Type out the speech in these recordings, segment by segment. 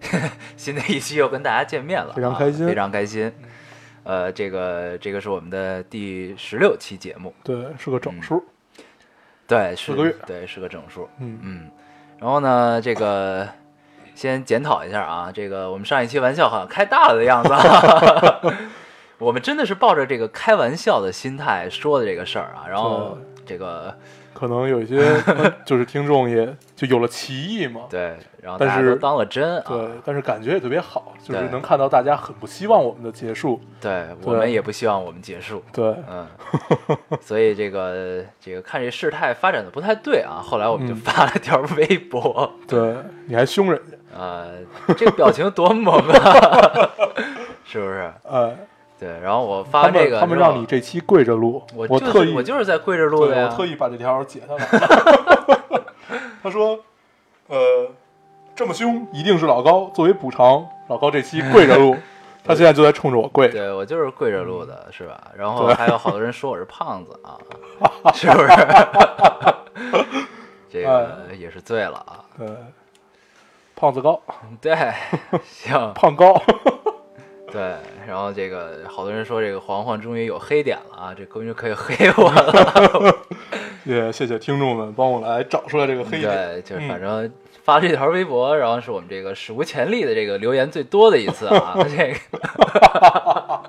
新的一期又跟大家见面了啊，非常开心非常开心。呃，这个这个是我们的第十六期节目，对，是个嗯整数，对，十个月对，是个整数。嗯，嗯，然后呢，这个先检讨一下啊，这个我们上一期玩笑好像开大了的样子 啊，我们真的是抱着这个开玩笑的心态说的这个事儿啊，然后这个可能有 一些呃就是听众也就有了歧义嘛，对，然后大但家是都当了真啊，对，但是感觉也特别好，就是对能看到大家很不希望我们的结束，对，我们也不希望我们结束。对， 嗯，所以这个这个看这事态发展的不太对啊，后来我们就嗯发了条微博，对，你还凶人家，呃，这个表情多萌 啊，是不是？哎，对，然后我发他完这们个他们之后让你这期跪着录，我我就是特意我就是在跪着录的对，我呀，特意把这条截 下来，他说，呃，这么凶一定是老高，作为补偿，老高这期跪着 录，他现在就在冲着我跪，对我就是跪着录的，是吧？然后对还有好多人说我是胖子 啊，是不是？ 这哎个也是醉了啊，对，胖子高，对，行，胖高。对，然后这个好多人说这个黄黄终于有黑点了啊，这终于可以黑我了。也谢谢听众们帮我来找出来这个黑点。嗯对，就是反正发这条微博，然后是我们这个史无前例的这个留言最多的一次啊。 这个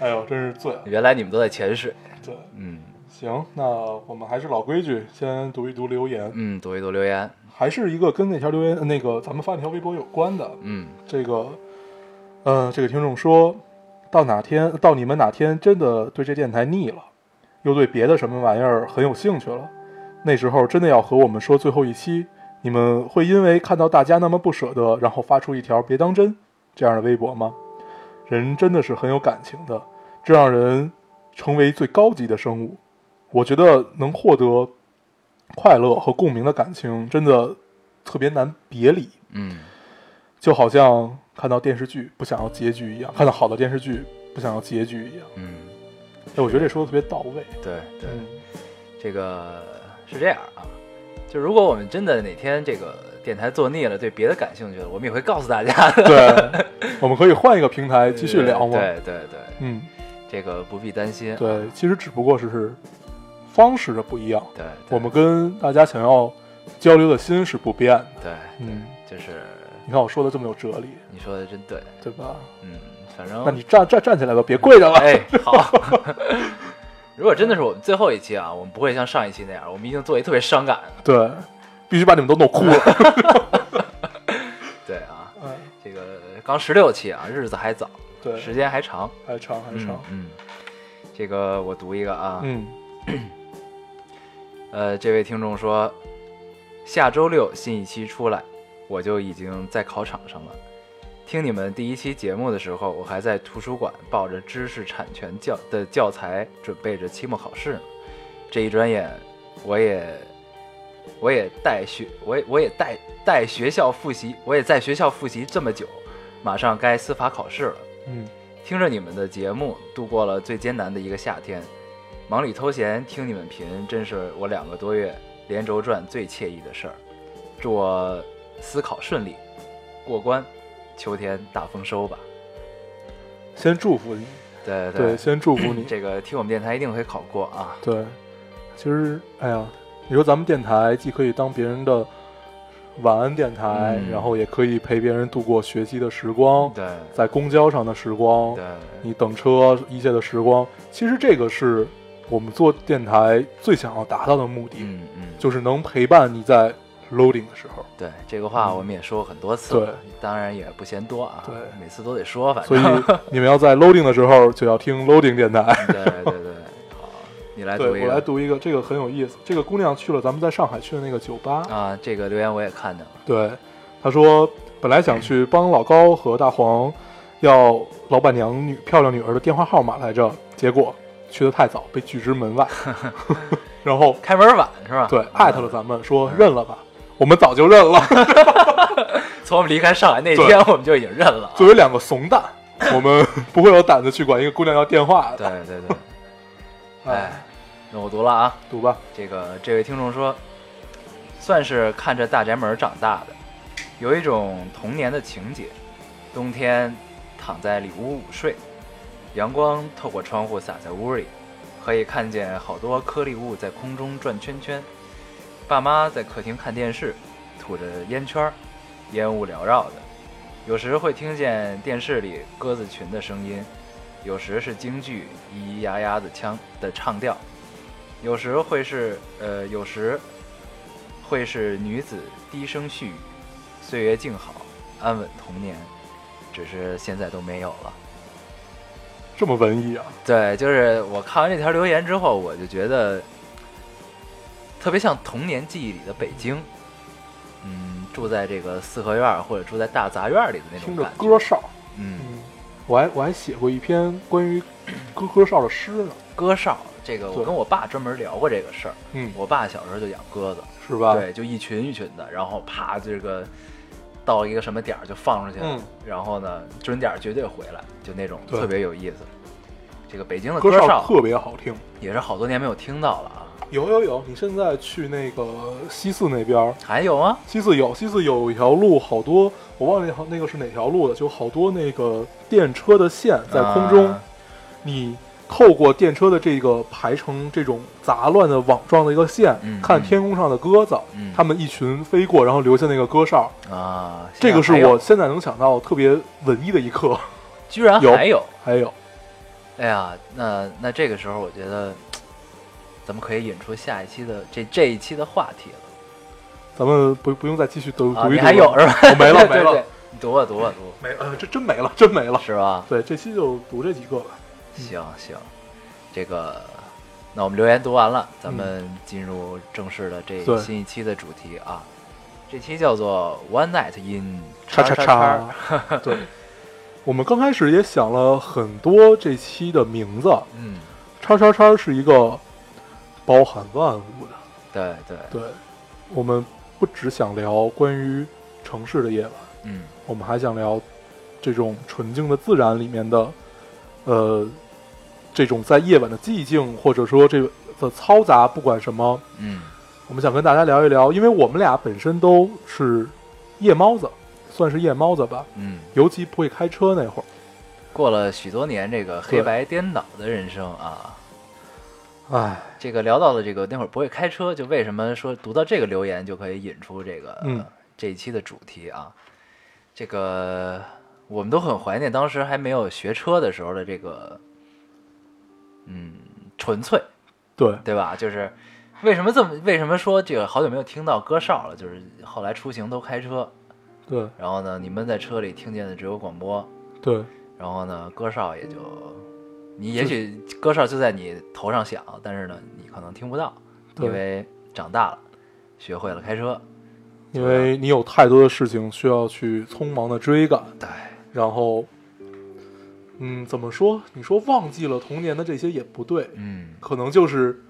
哎呦，真是醉了。原来你们都在潜水，对，嗯行，那我们还是老规矩，先读一读留言，嗯，读一读留言，还是一个跟那条留言呃那个咱们发那条微博有关的。嗯这个，呃，这个听众说到哪天到你们哪天真的对这电台腻了，又对别的什么玩意儿很有兴趣了，那时候真的要和我们说最后一期，你们会因为看到大家那么不舍得，然后发出一条“别当真”这样的微博吗？人真的是很有感情的，这让人成为最高级的生物。我觉得能获得快乐和共鸣的感情，真的特别难别理。嗯就好像看到电视剧不想要结局一样，看到好的电视剧不想要结局一样。嗯，哎，我觉得这说的特别到位。对对。嗯这个是这样啊，就如果我们真的哪天这个电台做腻了，对别的感兴趣了，我们也会告诉大家的。对，我们可以换一个平台 继续聊吗？对对对，嗯，这个不必担心。对，其实只不过是是方式的不一样，对，对我们跟大家想要交流的心是不变的。对，嗯，就是你看我说的这么有哲理，你说的真对，对吧？嗯，反正那你站站站起来吧，别跪着了。哎好。 如果真的是我们最后一期啊，我们不会像上一期那样，我们一定做一特别伤感。对，必须把你们都弄哭了。对啊，哎，这个刚十六期啊，日子还早， 对，时间还长，还长还长。嗯。嗯，这个我读一个啊，嗯，呃，这位听众说，下周六新一期出来，我就已经在考场上了。听你们第一期节目的时候，我还在图书馆抱着知识产权教的教材准备着期末考试呢。这一转眼，我也，我也带学，我也我也带带学校复习，我也在学校复习这么久，马上该司法考试了。嗯，听着你们的节目，度过了最艰难的一个夏天。忙里偷闲听你们贫，真是我两个多月连轴转最惬意的事儿。祝我思考顺利，过关，秋天大丰收吧。先祝福你，对对，先祝福你。这个听我们电台一定会考过啊。对，其实哎呀，你说咱们电台既可以当别人的晚安电台，嗯然后也可以陪别人度过学习的时光，对哦在公交上的时光，对你等车一切的时光，其实这个是我们做电台最想要达到的目的，嗯嗯，就是能陪伴你在 loading 的时候。对这个话我们也说过很多次了，对当然也不嫌多啊。对每次都得说，反 所以正。你们要在 loading 的时候就要听 loading 电台。对对对，好，你来读对一我个来读一个，这个啊很有意思。这个姑娘去了咱们在上海去的那个酒吧，啊，这个留言我也看见了。对，他说本来想去帮老高和大黄要老板娘女漂亮女儿的电话号码来着，结果去的太早，被拒之门外。 然后开门晚是吧？对艾特了咱们说认了吧，我们早就认 了。从我们离开上海那对天，我们就已经认了啊。作为两个怂蛋，我们不会有胆子去管一个姑娘要电话的。对对对，哎，哎，那我读了啊。读吧，这个这位听众说，算是看着《大宅门》长大的，有一种童年的情节。冬天躺在里屋午睡，阳光透过窗户洒在屋里，可以看见好多颗粒物在空中转圈圈。爸妈在客厅看电视，吐着烟圈儿，烟雾缭绕的。有时会听见电视里鸽子群的声音，有时是京剧咿咿呀呀的腔的唱调。有时会是呃，有时会是女子低声细语，岁月静好，安稳童年，只是现在都没有了。这么文艺啊，对，就是我看完这条留言之后，我就觉得特别像童年记忆里的北京，嗯，住在这个四合院儿或者住在大杂院儿里的那听种着哎感觉。歌哨。嗯，嗯，我还我还写过一篇关于歌歌哨的诗呢。歌哨，这个我对跟我爸专门聊过这个事儿。嗯，我爸小时候就养鸽子，是吧？对，就一群一群的，然后啪，这个到一个什么点儿就放出去了，嗯然后呢准点儿绝对回来，就那种对特别有意思。这个北京的歌歌哨哨特别好听。也是好多年没有听到了啊，有有有，你现在去那个西四那边儿，还有吗？西四有西四有一条路，好多我忘了那条那个是哪条路了，就好多那个电车的线在空中，啊你透过电车的这个排成这种杂乱的网状的一个线，嗯看天空上的鸽子，嗯它们一群飞过，然后留下那个歌哨，啊，这个是还有我现在能想到特别文艺的一刻。 居然有还有，还有，哎呀，那那这个时候我觉得咱们可以引出下一期的这这一期的话题了咱们不不用再继续读啊，读一你读还有了，是吧？我没了对没，对了对你读吧读吧读吧，没呃，这真没了，真没了。是吧？对，这期就读这几个吧。行行，这个，那我们留言读完了，咱们进入正式的这对新一期的主题啊。这期叫做 One Night in 叉叉叉叉，叉。对，我们刚开始也想了很多这期的名字，嗯，叉叉叉是一个包含万物的。对对，对，我们不只想聊关于城市的夜晚，嗯我们还想聊这种纯净的自然里面的，呃，这种在夜晚的寂静，或者说这的嘈杂，不管什么，嗯我们想跟大家聊一聊，因为我们俩本身都是夜猫子，算是夜猫子吧。嗯，尤其不会开车那会过了许多年这个黑白颠倒的人生啊。儿，唉，这个聊到了这个那会儿不会开车，就为什么说读到这个留言就可以引出这个、嗯这一期的主题啊？这个我们都很怀念当时还没有学车的时候的这个，嗯，纯粹，对，对吧？就是为什么这么为什么说这个好久没有听到歌哨了？就是后来出行都开车，对，然后呢，你闷在车里听见的只有广播，对，然后呢，歌哨也就你也许歌哨就在你头上响，但是呢，你可能听不到，对因为长大了，学会了开车。因为啊你有太多的事情需要去匆忙的追赶，对，然后，嗯，怎么说？你说忘记了童年的这些也不对，嗯，可能就是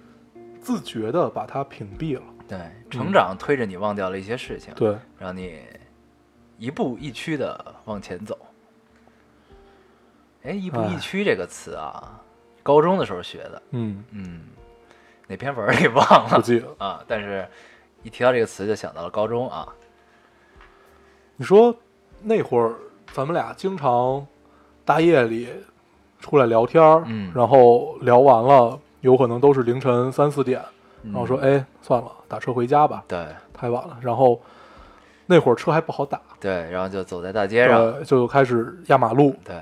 自觉的把它屏蔽了。对，成长推着你忘掉了一些事情，对，让你一步一趋的往前走。哎，一步一哎趋这个词啊，高中的时候学的，嗯，嗯，哪篇文儿给忘不了记得。啊？但是，一提到这个词就想到了高中啊，你说那会儿咱们俩经常大夜里出来聊天儿，嗯然后聊完了，有可能都是凌晨三四点，嗯然后说，哎，算了，打车回家吧，对太晚了。然后那会儿车还不好打，对，然后就走在大街上，呃，就开始压马路，对，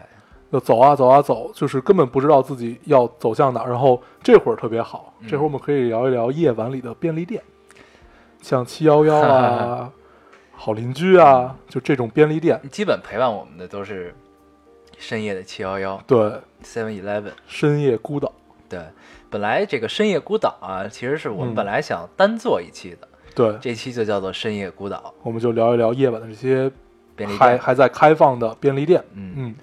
就走啊走啊走，就是根本不知道自己要走向哪儿。然后这会儿特别好，嗯这会儿我们可以聊一聊夜晚里的便利店，像七幺幺 啊、好邻居啊，就这种便利店。基本陪伴我们的都是深夜的七幺幺、对， Seven Eleven。深夜孤岛，对，本来这个深夜孤岛啊，其实是我们嗯本来想单做一期的，对，这期就叫做深夜孤岛我们就聊一聊夜晚的这些便利还店。还在开放的便利店。嗯，嗯，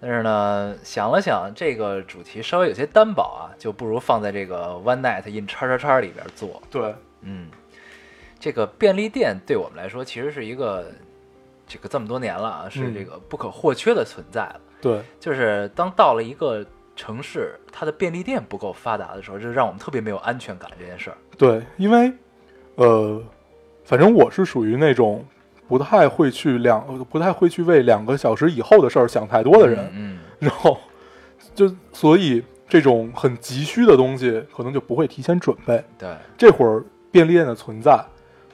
但是呢，想了想这个主题稍微有些单薄啊，就不如放在这个 One Night in 叉叉叉里边做。对，嗯，这个便利店对我们来说其实是一个这个这么多年了啊，是嗯这个不可或缺的存在了。对，就是当到了一个城市，它的便利店不够发达的时候，就让我们特别没有安全感这件事儿。对，因为呃，反正我是属于那种不太会去两呃不太会去为两个小时以后的事儿想太多的人，嗯， 然后就所以这种很急需的东西可能就不会提前准备。嗯对这会儿便利店的存在，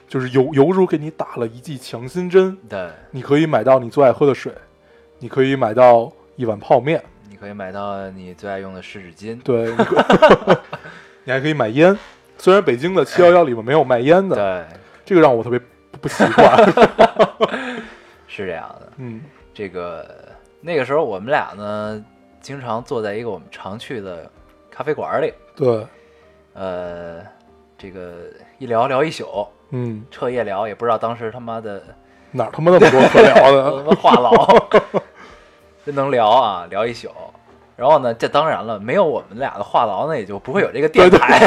就是有有时候给你打了一剂强心针，对，你可以买到你最爱喝的水，你可以买到一碗泡面，你可以买到你最爱用的湿纸巾。对，你可 你还可以买烟。虽然北京的七幺幺里面没有卖烟的，对，这个让我特别不不习惯。 是这样的。嗯，这个那个时候我们俩呢，经常坐在一个我们常去的咖啡馆里，对，呃，这个一聊聊一宿，嗯，彻夜聊，也不知道当时他妈的哪儿他妈那么多可聊啊他 的？妈话痨， 真能聊啊，聊一宿。然后呢，这当然了，没有我们俩的话痨呢，也就不会有这个电台，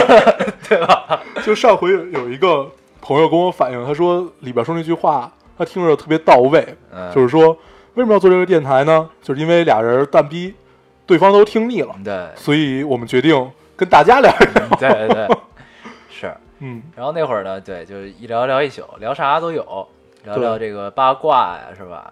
对吧？ 就上回有一个朋友跟我反映，他说里边说那句话，他听着特别到位， 嗯， 就是说为什么要做这个电台呢？就是因为俩人蛋逼，对方都听腻了，对所以我们决定跟大家俩人。对对，是。嗯，然后那会儿呢，对，就是一聊聊一宿，聊啥都有，聊对聊这个八卦呀，是吧？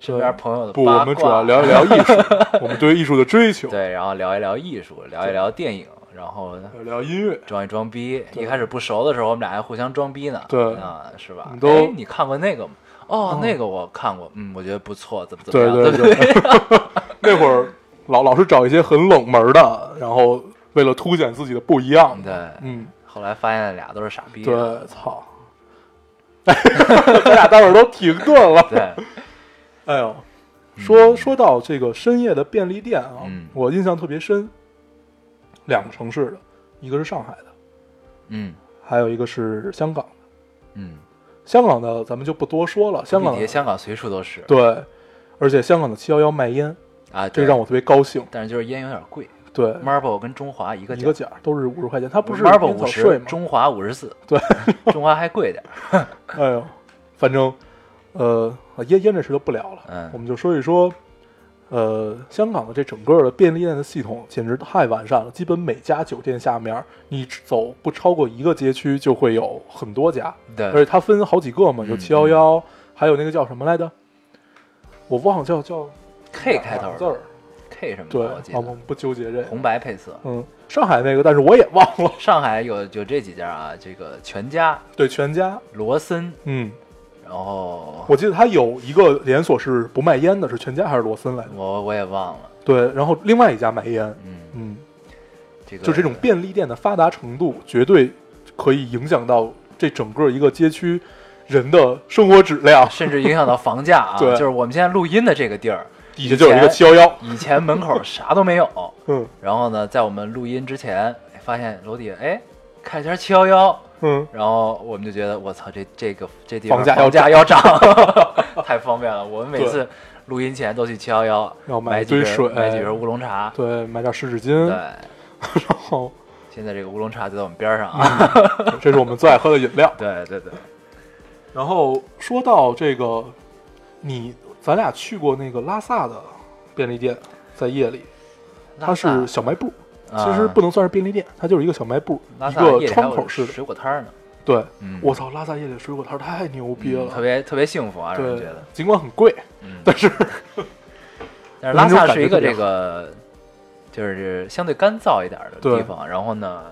身边朋友的不，八卦我们主要聊一聊艺 术，我们对艺术的追求，对，然后聊一聊艺术，聊一聊电影，然后聊音乐。装一装逼。一开始不熟的时候，我们俩还互相装逼呢，对啊，是吧？你都哎你看过那个吗？哦嗯，那个我看过，嗯，我觉得不错，怎么怎么对样，对不对， 那会儿老老是找一些很冷门的，然后为了凸显自己的不一样。对。嗯， 后来发现俩都是傻逼，对，操， 咱俩待会儿都停顿了。对，哎呦，说说到这个深夜的便利店啊，嗯我印象特别深，两个城市的，一个是上海的，嗯还有一个是香港的。嗯，香港的咱们就不多说 了，香港地铁香港随处都是，对，而且香港的七幺幺卖烟，啊，这对个让我特别高兴。但是就是烟有点贵对， ，Marble 跟中华一个一价个角都是五十块钱，它不是 Marble 烟五草税十，吗？中华五十四， 对，中华还贵点儿，哎呦，反正呃，烟烟这事就不聊了，嗯我们就说一说，呃，香港的这整个的便利店的系统简直太完善了，基本每家酒店下面你只走不超过一个街区就会有很多家，而且对，它分好几个嘛，有嗯七幺幺，还有那个叫什么来着？我忘了叫叫 K 开头字的儿， ，K 什么对，的，啊我记，我们得不纠结这个。红白配色。嗯，上海那个，但是我也忘了。上海有有这几家啊，这个全家、对，全家，罗森，嗯，然后我记得它有一个连锁是不卖烟的，是全家还是罗森来着？我我也忘了，对，然后另外一家卖烟，嗯，嗯，这个就这种便利店的发达程度，绝对可以影响到这整个一个街区人的生活质量。甚至影响到房价啊， 对就是我们现在录音的这个地儿，底下就有一个七幺幺，以前门口啥都没有，嗯然后呢，在我们录音之前发现楼底下哎开了家七幺幺，嗯，然后我们就觉得我操，这这个这地方房价要房价要涨， 太方便了。我们每次录音前都去七幺幺要买买一几堆瓶水买几瓶乌龙茶，对，买点湿纸巾，对然。后现在这个乌龙茶就在我们边上嗯啊！这是我们最爱喝的饮料。对对对， 然后说到这个，你咱俩去过那个拉萨的便利店，在夜里，它是小卖部，啊其实不能算是便利店，它就是一个小卖部，拉一萨个夜里还窗有口式的。水果摊儿呢。对，嗯，我操，拉萨夜里的水果摊儿太牛逼了，嗯特别特别幸福啊，让人觉对得。，尽管很贵，嗯，但是但是拉萨是一个那种感觉这特别好个，就是相对干燥一点的地方，然后呢，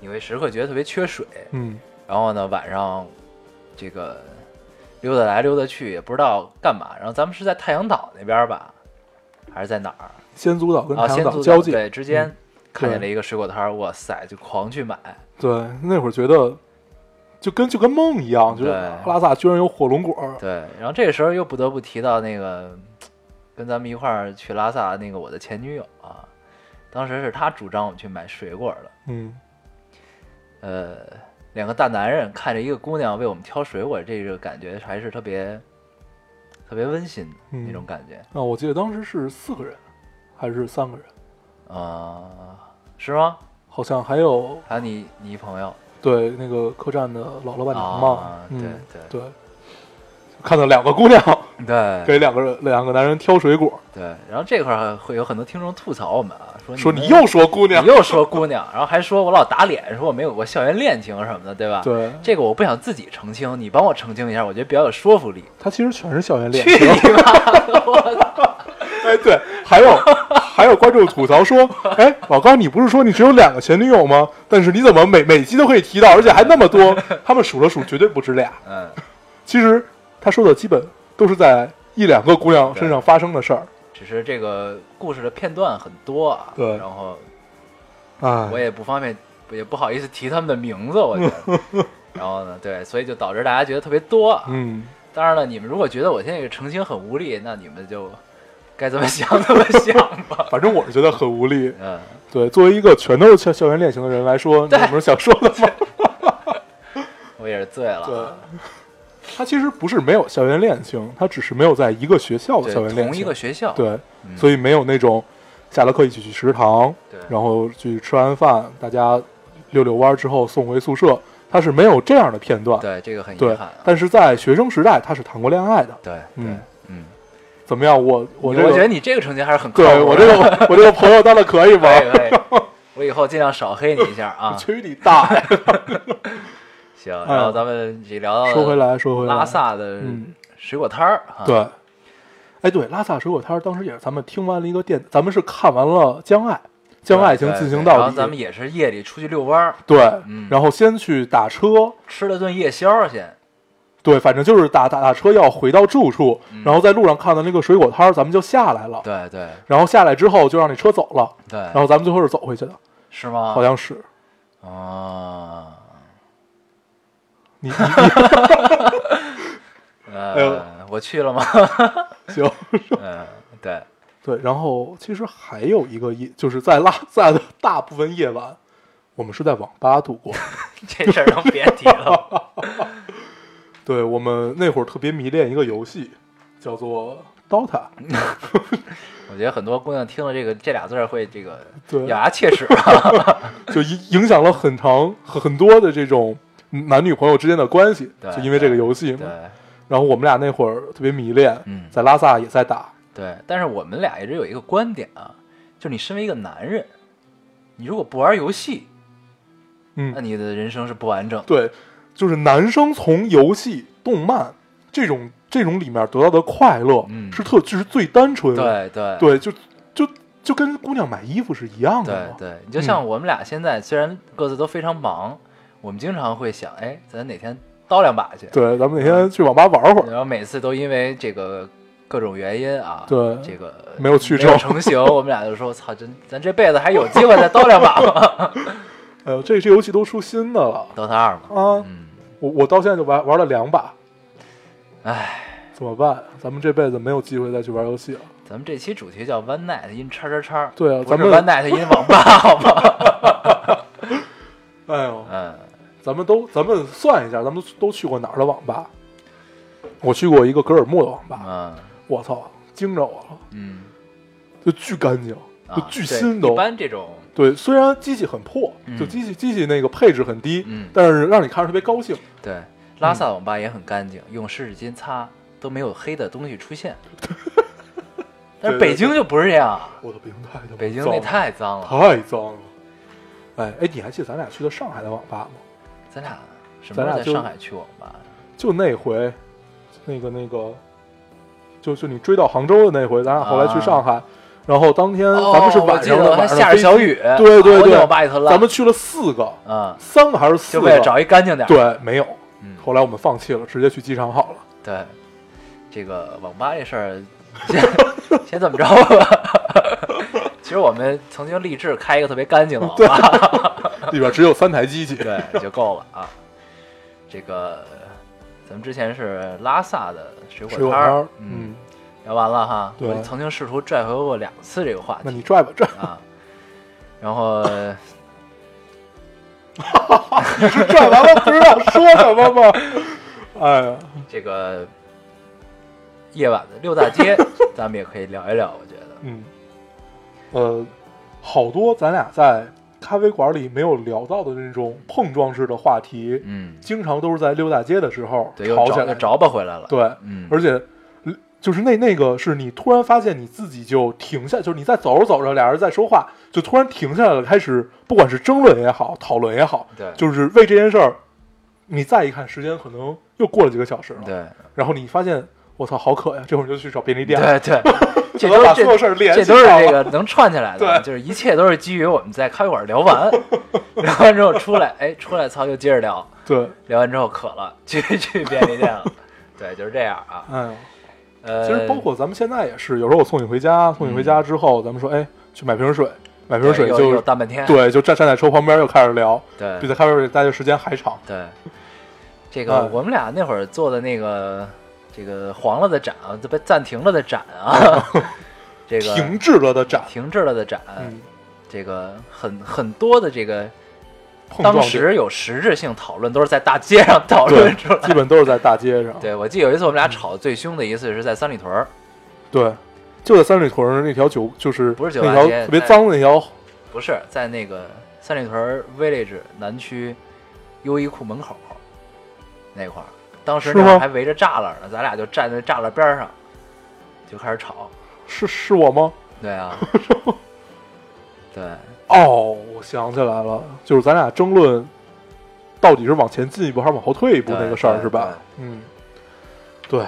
你会时刻觉得特别缺水，嗯，然后呢，晚上这个溜达来溜达去也不知道干嘛。然后咱们是在太阳岛那边吧，还是在哪儿？仙足岛跟啊，太仙阳祖岛岛交界，对之间。嗯看见了对一个水果摊儿，哇塞，就狂去买。对，那会儿觉得就跟就跟梦一样，就是对拉萨居然有火龙果儿，对，然后这个时候又不得不提到那个跟咱们一块儿去拉萨那个我的前女友啊，当时是她主张我们去买水果的，嗯，呃，两个大男人看着一个姑娘为我们挑水果，这个感觉还是特别特别温馨的、嗯那种感觉啊，我记得当时是四个人，还是三个人？啊、是吗？好像还有还有你你朋友，对那个客栈的老老板娘嘛，啊嗯、对对看到两个姑娘对给两个人两个男人挑水果，对，然后这块儿会有很多听众吐槽我们啊，说说你你们又说姑娘你，又说姑娘，然后还说我老打脸，说我没有过校园恋情什么的，对吧？，对，这个我不想自己澄清，你帮我澄清一下，我觉得比较有说服力。他其实全是校园恋去。你 妈！哎，对，还有还有观众吐槽说，哎，老高，你不是说你只有两个前女友吗？但是你怎么每每期都可以提到，而且还那么多？他们数了数，绝对不止俩。嗯，其实他说的基本都是在一两个姑娘身上发生的事儿。只是这个故事的片段很多啊，对然后哎我，也不方便，也不好意思提他们的名字，我觉得。 然后呢，对，所以就导致大家觉得特别多啊。嗯，当然了，你们如果觉得我现在这个澄清很无力，那你们就该怎么想怎么想 吧。反正我是觉得很无力。嗯，对，作为一个全都是校校园恋情的人来说，你有什么想说的吗？我也是醉了对啊。，他其实不是没有校园恋情，他只是没有在一个学校的对校园，恋情，同一个学校。对，嗯，所以没有那种下了课一起去食堂，对然后去吃完饭大家溜溜弯儿之后送回宿舍，他是没有这样的片段。对这个很遗对憾啊。，但是在学生时代他是谈过恋爱的。对，对嗯，嗯，怎么样？我我我这个觉得你这个成绩还是很靠谱对的。我这个我这个朋友当的可以吗？可以可以，哎我以后尽量少黑你一下 啊。去你 大爷！行，哎然后咱们也聊到说回来，说回来，呃拉萨啊的嗯水果摊儿哈。对，哎对，拉萨水果摊儿当时也是咱们听完了一个电，咱们是看完了《将爱》，《对，将爱》已经对进行对到底，然后咱们也是夜里出去遛弯儿，对，嗯然后先去打车，吃了顿夜宵先。对，反正就是打打打车要回到住处，然后在路上看到那个水果摊儿，咱们就下来了。嗯对对然后下来之后就让那车走了，对，然后咱们最后是走回去的，是吗？哦好像是啊，你你 哎呃呦，我去了吗？你行嗯，对，对。然后其实还有一个夜，就是在拉萨的大部分夜晚，我们是在网吧度 过。这事儿能别提 了。对我们那会儿特别迷恋一个游戏，叫做 DOTA。我觉得很多姑娘听了这个这俩字儿会这个对咬牙切齿。 就影影响了很长很很多的这种男女朋友之间的关系，对就因为这个游戏嘛。对然后我们俩那会儿特别迷恋，嗯在拉萨也在打，对，但是我们俩一直有一个观点啊，就是你身为一个男人，你如果不玩游戏，嗯那，你的人生是不完整的。对，就是男生从游戏、动漫这种这种里面得到的快乐，嗯是特就是最单纯的，对对对，就就就跟姑娘买衣服是一样的对嘛，对，你就像我们俩现在虽然各自都非常忙，我们经常会想，哎，咱哪天叨两把去？对，咱们嗯那天去网吧玩会儿，然后每次都因为这个各种原因啊，对这个没有去没有成成型，我们俩就说，操，真咱这辈子还有机会再叨两把吗？ 哎呦，这这游戏都出新的了 d o 二嘛，啊！嗯，我我到现在就玩玩了两把，哎，怎么办？咱们这辈子没有机会再去玩游戏了。咱们这期主题叫 One Night in 叉叉叉，对啊不咱是们 One Night in 网吧，好吗？ 哎呦，嗯，咱们都咱们算一下，咱们都去过哪儿的网吧？我去过一个格尔木的网吧，嗯我操，惊着我了，嗯，就巨干净，就啊，巨对新一都。般这种，对，虽然机器很破，嗯就机器机器那个配置很低，嗯但是让你看着特别高兴。对，拉萨网吧也很干净，用湿纸巾擦都没有黑的东西出 现。但是对对北京就不是这样啊，我的北京太他妈北京脏那了太脏了。太脏了。哎哎，你还记得咱俩去的上海的网吧吗？咱俩什么时咱俩候在就上海去网吧？就那回，那个那个，就就你追到杭州的那回，咱俩后来去上海，然后当天嗯咱们是啊哦我晚记上得的，还晚上下着飞机小雨，哎对对我对就往吧里头拉。咱们去了四个，嗯，三个还是四就个？为了找一干净点儿。对，没有。嗯后来我们放弃了，直接去机场好 了。对，这个网吧这事儿， 先先这么着吧。 其实我们曾经立志开一个特别干净的网吧，里边只有三台机器。 对，就够了啊。这个咱们之前是拉萨的水水果果摊摊儿儿，，嗯，，聊完了哈。对我曾经试图拽回过两次这个话那题你拽吧拽。啊，然后，你是 拽完了不知道说什么吗？哎呀，这个夜晚的六大 街，咱们也可以聊一聊。我觉得，嗯，呃，好多咱俩在咖啡馆里没有聊到的那种碰撞式的话题，嗯，经常都是在溜大街的时候对，又吵起找来又。着吧回来了。，对，嗯，而且嗯就是那那个是你突然发现你自己就停下，就是你在走着走着，俩人在说话，就突然停下来了，开始不管是争论也好，讨论也好，对就是为这件事儿，你再一看时间，可能又过了几个小时了，对然后你发现我操好渴呀，这会儿就去找便利店，对对， 这可能都把这所有事儿联系这都是上这了个能串起来的，对就是一切都是基于我们在咖啡馆聊 完，聊完之后出来，哎，出来操又接着聊，对，聊完之后渴了， 去去便利店 了。对，就是这样啊。哎呀，呃，嗯其实包括咱们现在也是，有时候我送你回家，送你回家之后，咱们说哎去买瓶水，买瓶对水又就又大半天。对，就站站在车旁边又开始聊，对比在咖啡馆里待的时间还长。对，这个嗯我们俩那会儿做的那个这个黄了的展啊，这不暂停了的展 啊，这个停滞了的展，停滞了的展，嗯，这个很很多的这个碰撞当点时有实质性讨论都是在大街上讨论出基来。本都是在大街上，对，我记得有一次我们俩吵得最凶的一次是在三里屯儿，对就在三里屯儿那条酒，就是不是酒吧那条街特别在脏的那条，不是在那个三里屯儿 Village 南区优衣库门口那块儿，当时是那会儿吗还围着栅栏呢，咱俩就站在栅栏边儿上就开始吵。是是我吗？对 啊，对哦，我想起来了，就是咱俩争论到底是往前进一步还是往后退一步对那个事儿，对是吧？嗯，对，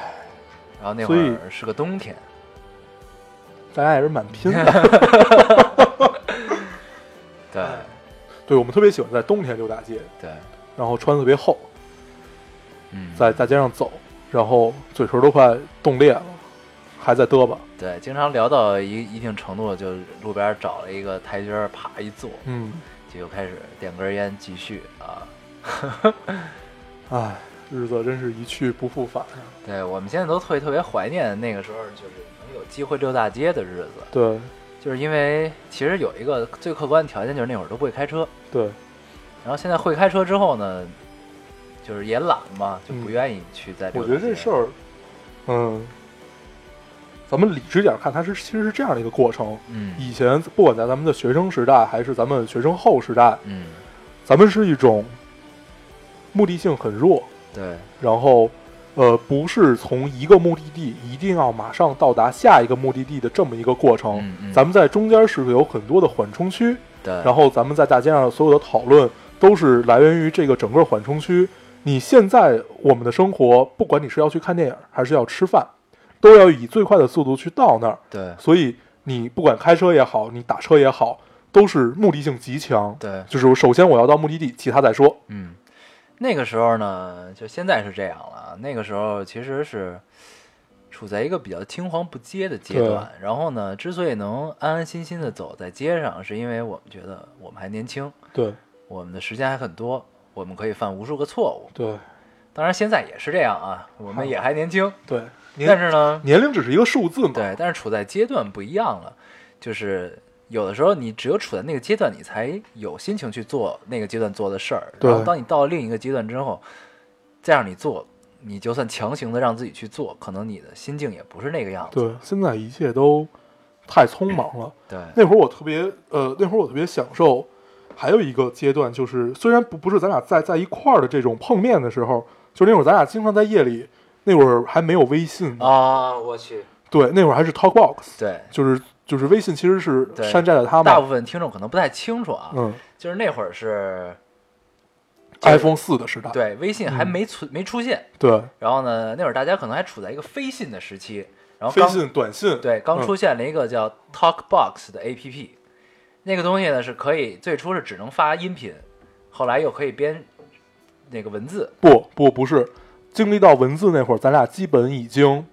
然后那会所以儿是个冬天，大家也是蛮拼的。对哎对，我们特别喜欢在冬天溜大街，对，然后穿得特别厚，嗯，在大街上走，然后嘴唇都快冻裂了，还在嘚吧。嗯对，经常聊到一一定程度，就路边找了一个台阶儿，啪一坐，嗯，就又开始点根烟，继续啊。 唉，日子真是一去不复返啊。对我们现在都特别特别怀念那个时候，就是能有机会溜大街的日子，对就是因为其实有一个最客观的条件，就是那会儿都不会开车，对，然后现在会开车之后呢，就是也懒嘛，就不嗯愿意去再溜我大觉街。得这事儿，嗯，咱们理智点儿看，它是其实是这样的一个过程。嗯以前不管在咱们的学生时代，还是咱们学生后时代，嗯，咱们是一种目的性很弱，对然后呃，不是从一个目的地一定要马上到达下一个目的地的这么一个过程。嗯嗯咱们在中间是有很多的缓冲区，对，然后咱们在大街上所有的讨论都是来源于这个整个缓冲区。你现在我们的生活，不管你是要去看电影还是要吃饭，都要以最快的速度去到那儿。对所以你不管开车也好，你打车也好，都是目的性极强。对，就是首先我要到目的地，其他再说。嗯，那个时候呢，就现在是这样了啊。那个时候其实是处在一个比较青黄不接的阶段。然后呢，之所以能安安心心的走在街上，是因为我们觉得我们还年轻，对我们的时间还很多，我们可以犯无数个错误。对当然，现在也是这样啊，我们也还年轻，对，但年是呢，年龄只是一个数字嘛。对，但是处在阶段不一样了，就是。有的时候，你只有处在那个阶段，你才有心情去做那个阶段做的事儿。然后，对当你到了另一个阶段之后，再让你做，你就算强行的让自己去做，可能你的心境也不是那个样子。对，现在一切都太匆忙 了。对，那会儿我特别呃，那会儿我特别享受，还有一个阶段就是，虽然不不是咱俩在在一块儿的这种碰面的时候，就那会儿咱俩经常在夜里，那会儿还没有微信呢，啊，我去，对，那会儿还是 Talkbox，对，就是就是微信其实是对山寨的他大们，部分听众可能不太清楚啊，嗯就是那会儿是，就是，iPhone 四的时代，对，微信还嗯没存、没出现，对，然后呢，那会儿大家可能还处在一个非信的时期，然后飞刚信短信，对，刚嗯出现了一个叫 TalkBox 的 APP，、那个东西呢是可以最初是只能发音频，后来又可以编那个文字。不不不是，经历到文字那会儿，咱俩基本已经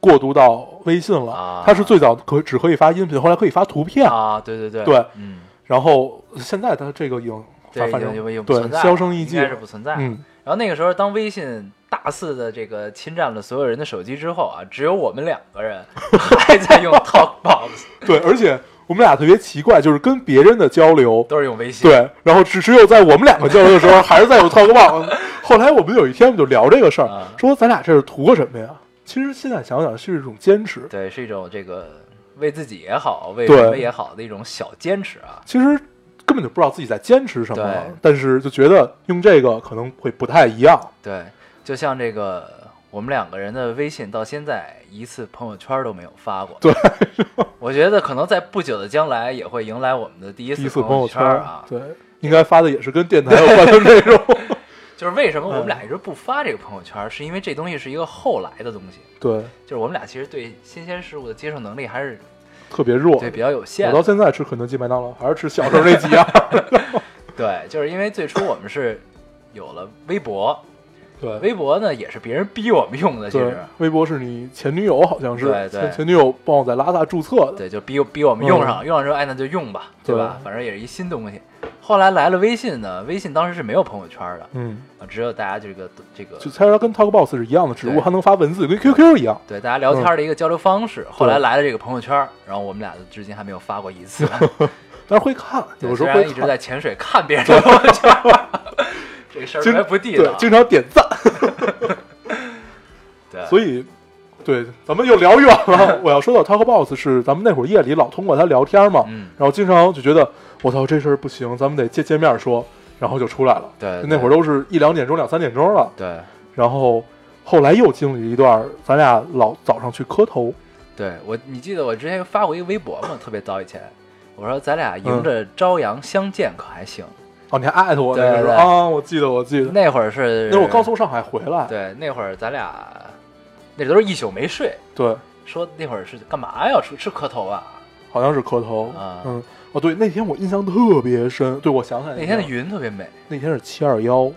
过渡到微信了，啊它是最早可只可以发音频，后来可以发图片，啊，对对对对嗯，然后现在它这个已经对，反已反经正已经不对存在了，销声匿迹应该了是不存在。嗯，然后那个时候，当微信大肆的这个侵占了所 有人的手机之后啊，只有我们两个人还在用 TalkBox，对，而且我们俩特别奇怪，就是跟别人的交流，都是用微信。，对，然后只只有在我们两个交流的时候，还是在有套 个棒。后来我们有一天我们就聊这个事儿啊，说咱俩这是图个什么呀？其实现在想想是一种坚持。对，是一种这个为自己也好，为对什么也好的一种小坚持啊。其实根本就不知道自己在坚持什么对，但是就觉得用这个可能会不太一样。对，就像这个我们两个人的微信到现在一次朋友圈都没有发过。对，我觉得可能在不久的将来也会迎来我们的第一第一次次朋友友圈啊。对，应该发的也是跟电台有关的 内容。就是为什么我嗯们俩一直不发这个朋友圈，是因为这东西是一个后来的东西。对，就是我们俩其实对新鲜事物的接受能力还是特别弱。对比较有限我的到。现在吃肯德基、麦当劳，还是吃小时候那几 样。对，就是因为最初我们是有了微博，对，微博呢也是别人逼我们用的，其对实，微博是你前女友，好像是对对前前女友帮我在拉萨注册的。对，就逼逼我们用上，用上之后，哎，那就用吧，对吧？嗯对反正也是一新东西。后来来了微信呢，微信当时是没有朋友圈的，嗯，啊只有大家这个这个就其实它跟 Talkbox 是一样的，只不对过它能发文字，跟 QQ 一样。对大家聊天的一个交流方嗯式。后来来了这个朋友圈，然后我们俩至今还没有发过一 次，但是会看，对有时候虽会然一直看在潜水看别人的朋友圈， 这个事经儿还不地对道，。经常点赞。对，所以以，对，咱们又聊远 了。我要说到 Talkbox 是咱们那会儿夜里老通过它聊天嘛，嗯，然后经常就觉得我操这事儿不行，咱们得见见面说，然后就出来了。对那会儿都都是一两点钟、两三点钟了。对然后后来又经历一段，咱俩老早上去磕头，对，我你记得我之前发过一个微博吗？特别早以前，我说咱俩嗯迎着朝阳相见可还行。哦，你还艾特我那个对时候对啊，我记得我记得，那会儿是那会儿刚从上海回来，对，那会儿咱俩那都是一宿没睡，对，说那会儿是干嘛呀？吃吃磕头啊？好像是磕头啊，嗯，哦对，那天我印象特别深，对我想起来那天的了云特别美，那天是七二幺，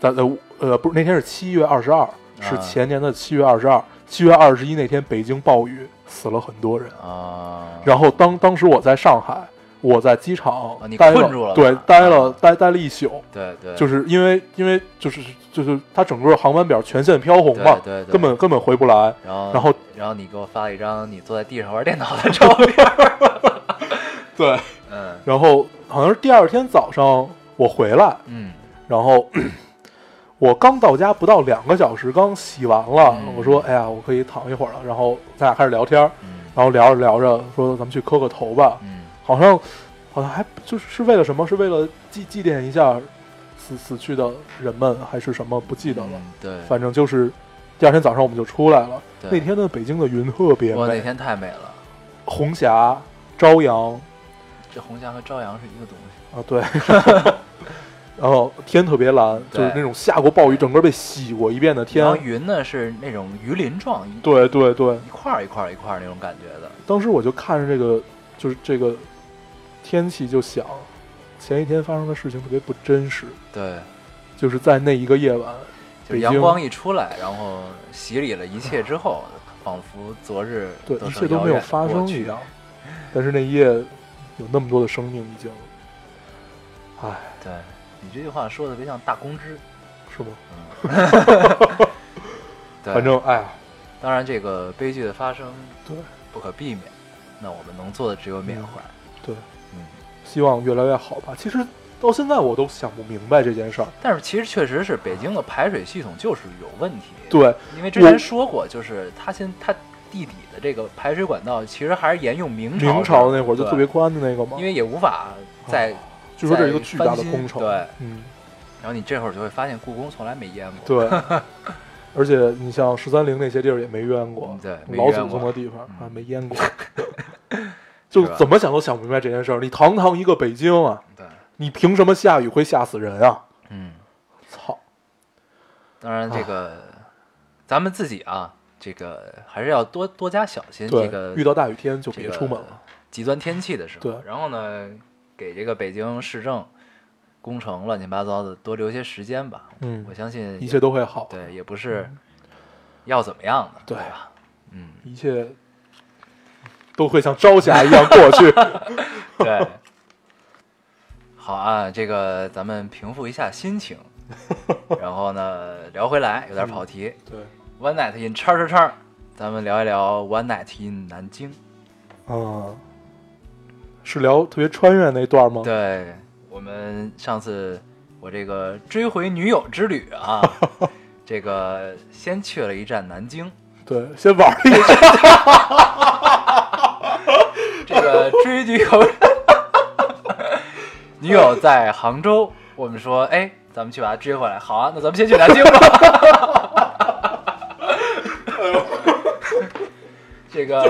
咱呃呃不是那天是七月二十二，是啊前年的七月二十二，七月二十一那天北京暴雨死了很多人，啊，嗯然后当当时我在上海。我在机场哦你待困住了对吧，待了啊待待了一宿，对对，就是是因为因为就是就是它整个航班表全线飘红嘛，对对对根本根本回不来。然后然后然后你给我发了一张你坐在地上玩电脑的照片，对， 嗯然后好像是第二天早上我回来，嗯然后 我刚到家不到两个小时，刚洗完了，嗯我说哎呀，我可以躺一会儿了。然后咱俩开始聊天，嗯然后聊着聊着说咱们去磕个头吧，嗯，好像好像还就是是为了什么？是为了祭祭奠一下死死去的人们，还是什么？不记得了。嗯对，反正就是第二天早上我们就出来了。对那天的北京的云特别哇，那美，天太美了。红霞、朝阳这红霞和朝阳是一个东西，啊， 对，然后天特别蓝，就对是那种下过暴雨、整个被洗过一遍的天然后。云呢是那种鱼鳞状，一对对对，一块儿一块儿一块儿那种感觉的，当时我就看着这个，就是这个天气就想，前一天发生的事情特别不真实，对，就是在那一个夜晚，就是北京阳光一出来，然后洗礼了一切之后，仿佛昨日对都一是切都没遥有远的发生过去一样，但是那一夜有那么多的生命已经，唉，对你这句话说的特别像大公知，是吗？对反正哎呀，当然这个悲剧的发生对不可避免，那我们能做的只有缅怀。对，嗯，希望越来越好吧。其实到现在我都想不明白这件事儿。但是其实确实是北京的排水系统就是有问题，，对因为之我前说过，就是它现它地底的这个排水管道其实还是沿用明朝明明朝那会儿就特别，宽的那个嘛对因，为也无法再啊据说这是一个在巨大翻的新工程。对，嗯，然后你这会儿就会发现故宫从来没淹过。对。 而且你像十三陵那些地儿也没冤过嗯，对没老冤祖过宗的地方嗯啊没 淹过， 就是吧怎么想都想不明白这件事儿。你堂堂一个北京啊，对，你凭什么下雨会吓死人啊？嗯，操！当然啊这个、咱们自己啊，这个还是要多多加小心。对哎这，个遇到大雨天就这别个出门了。极端天气的时候。对然后呢，给这个北京市政、工程乱七八糟的多留些时间吧。嗯我相信一切嗯都会好。对，也不是要怎么样的，对对吧？嗯，一切都会像朝霞一样 过去。 对。好啊，这个咱们平复一下心 情，然后呢聊回来，嗯有点跑题。对， One Night in 叉叉叉，咱们聊一聊 One Night in 南京。嗯，是聊特别穿越那段吗？对我们上次我这个追回女友之旅啊，这个先去了一站南京，对，先玩一下。这个追女友， 女友在杭州，我们说，哎，咱们去把她追回来，好啊，那咱们先去南京吧。这个，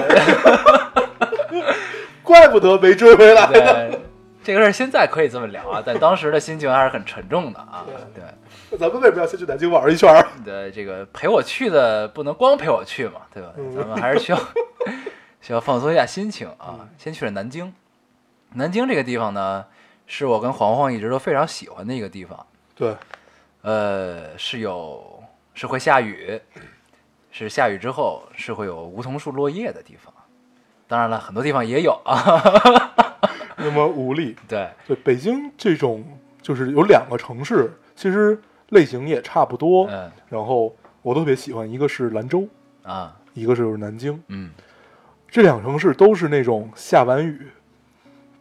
怪不得没追回来。对，这个事儿现在可以这么聊啊，但当时的心情还是很沉重的啊。对，咱们为什么要先去南京玩一圈儿？的这个陪我去的不能光陪我去嘛，对吧？嗯咱们还是需 要需要放松一下心情嗯啊。先去了南京，南京这个地方呢，是我跟黄黄一直都非常喜欢的一个地方。 对，呃，是有是会下雨，是下雨之后是会有梧桐树落叶的地方。当然了，很多地方也有啊。 那么无力。对，对，北京这种就是有两个城市，其实类型也差不多。嗯然后我都特别喜欢，一个是兰州，啊，一个是就是南京。嗯这两个城市都是那种下完雨，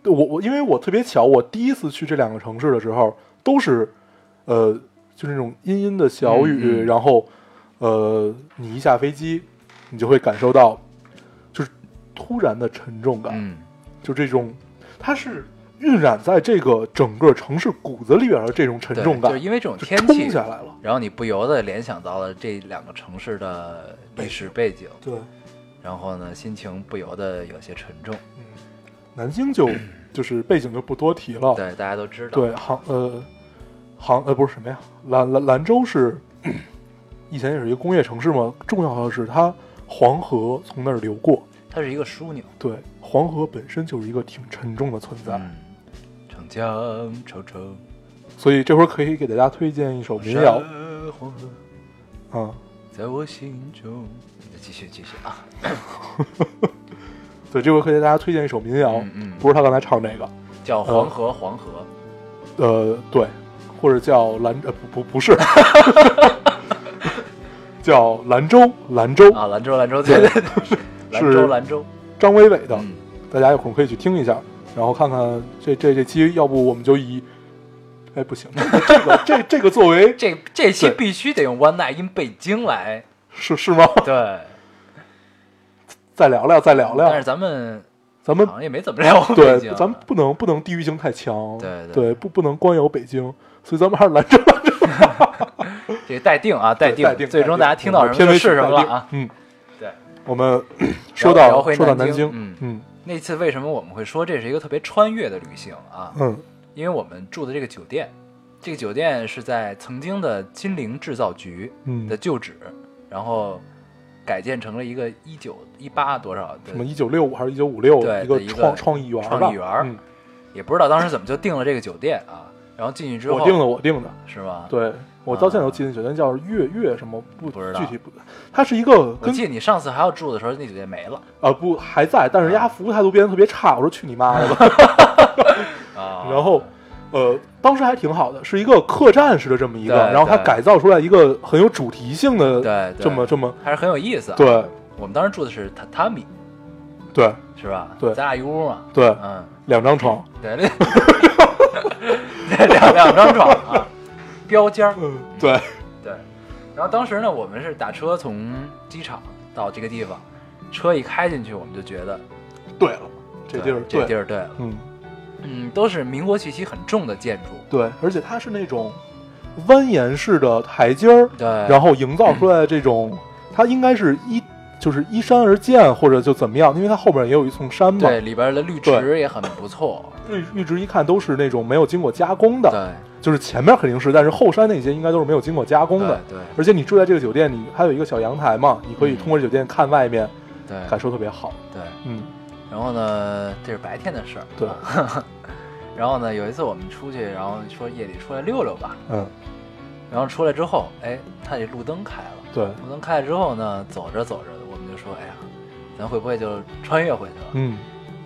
对我我因为我特别巧，我第一次去这两个城市的时候都是，呃，就那种阴阴的小雨，嗯嗯然后，呃，你一下飞机，你就会感受到，就是突然的沉重感，嗯，就这种，它是晕染在这个整个城市骨子里边的这种沉对，重就感，是因为这种就天冲气下来了，然后你不由得联想到了这两个城市的历史背景，对，然后呢，心情不由得有些沉重。嗯，南 京就就是背景就不多提了，对，大家都知道。哦对，杭呃杭呃不是什么呀，兰兰兰州是 以前也是一个工业城市嘛，重要的是它黄河从那儿流过，它是一个枢纽。对，黄河本身就是一个挺沉重的存在，嗯，长江长城，所以这会儿可以给大家推荐一首民谣啊、山黄河嗯在我心中。继续继续啊！对，这回可以给大家推荐一首民谣，嗯嗯不是他刚才唱那个，嗯叫黄河黄河，呃，对，或者叫兰呃不不 不是，叫兰州兰州，啊，兰州兰州对哦对对对，兰州兰州。张伟伟的。嗯，大家有空可以去听一下，然后看看这这这期，要不我们就以，哎不行，这个这这个作为这这期对必须得用 One Night in 北京来。是是吗？对，再聊聊，再聊但聊是，咱们咱们好像也没怎么聊过北京对，啊。咱们不能不能地域性太强，对对不不能光有北京，所以咱们还是兰州，这个待定啊，待定，待定最终大家听到什片么尾就曲是什么待了定啊。嗯，对，我们 说到聊回说到南南京京，嗯嗯那次为什么我们会说这是一个特别穿越的旅行啊？嗯因为我们住的这个酒店，这个酒店是在曾经的金陵制造局嗯的旧址，然后改建成了一个一九一八多少什么的，一九六五还是一九五六对个的一个创创意园吧，创意园儿嗯，也不知道当时怎么就定了这个酒店啊。然后进去之后啊我定的我定的，是吗？，对我到现在都记得那酒店叫月月什么不不知道具体不，它是一个我跟记得你上次还要住的时候，那酒店没了啊不还在，但是人家服务态度变得特别差，我说去你妈的吧。啊。 然后呃，当时还挺好的，是一个客栈式的这么一个，对然后它对改造出来一个很有主题性的对对，这么这么还是很有意思啊。，对我们当时住的是榻榻米，对是吧？对咱俩一屋嘛。对嗯，两张床，对， 那对两两张床啊，标间 儿。嗯对对，然后当时呢，我们是打车从机场到这个地方，车一开进去，我们就觉得对了，这地儿对这地儿儿对了，嗯嗯，都是民国气息很重的建筑，对，而且它是那种蜿蜒式的台阶儿，对，然后营造出来的这嗯种，它应该是依就是依山而建，或者就怎么样，因为它后边也有一层山嘛。对里边的绿植也很不错，绿绿植一看都是那种没有经过加工的，对就是前面肯定是，但是后山那些应该都是没有经过加工对的。对而且你住在这个酒店，你还有一个小阳台嘛，你可以通过这酒店看外面，对感受特别好。对，嗯，然后呢，这是白天的事儿，对，然后呢，有一次我们出去，然后说夜里出来溜溜吧，嗯，然后出来之后，哎，它这路灯开了。对，路灯开了之后呢，走着走着，我们就说，哎呀，咱会不会就穿越回去了？嗯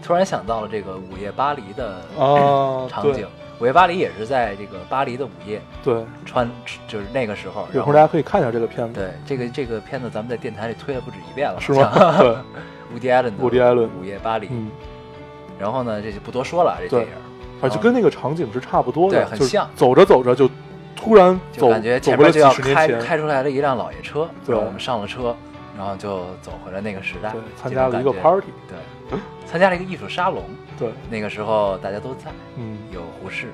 突然想到了这个《午夜巴黎》的啊，场景，嗯对午夜巴黎》也是在这个巴黎的午夜对，穿，就是那个时候。有然后空大家可以看一下这个片子，对这个这个片子，咱们在 电台里推了不止一遍了，是吗？对， 伍迪·艾伦的《伍迪艾伦午夜巴黎》嗯，然后呢，这就不多说了，这对电影啊，就跟那个场景是差不多的，对很就是像走着走着就突然就走感觉走前回面了就几要十年开前，开出来了一辆老爷车，对然后我们上了车，然后就走回了那个时代对，，参这加种了一感个觉 party，对，参加了一个艺术沙龙，对，那个时候大家都在，嗯，有胡 适，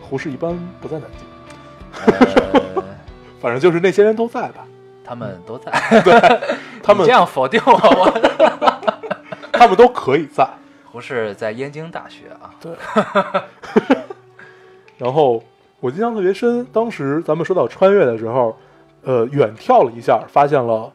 胡适一般不在南京，呃，反正就是那些人都在吧， 他们都在，他们你这样否 定我，我他们都可以在，胡适在燕京大学啊，对。然后我印象特别深，当时咱们说到穿越的时候，呃，远眺了一下，发现了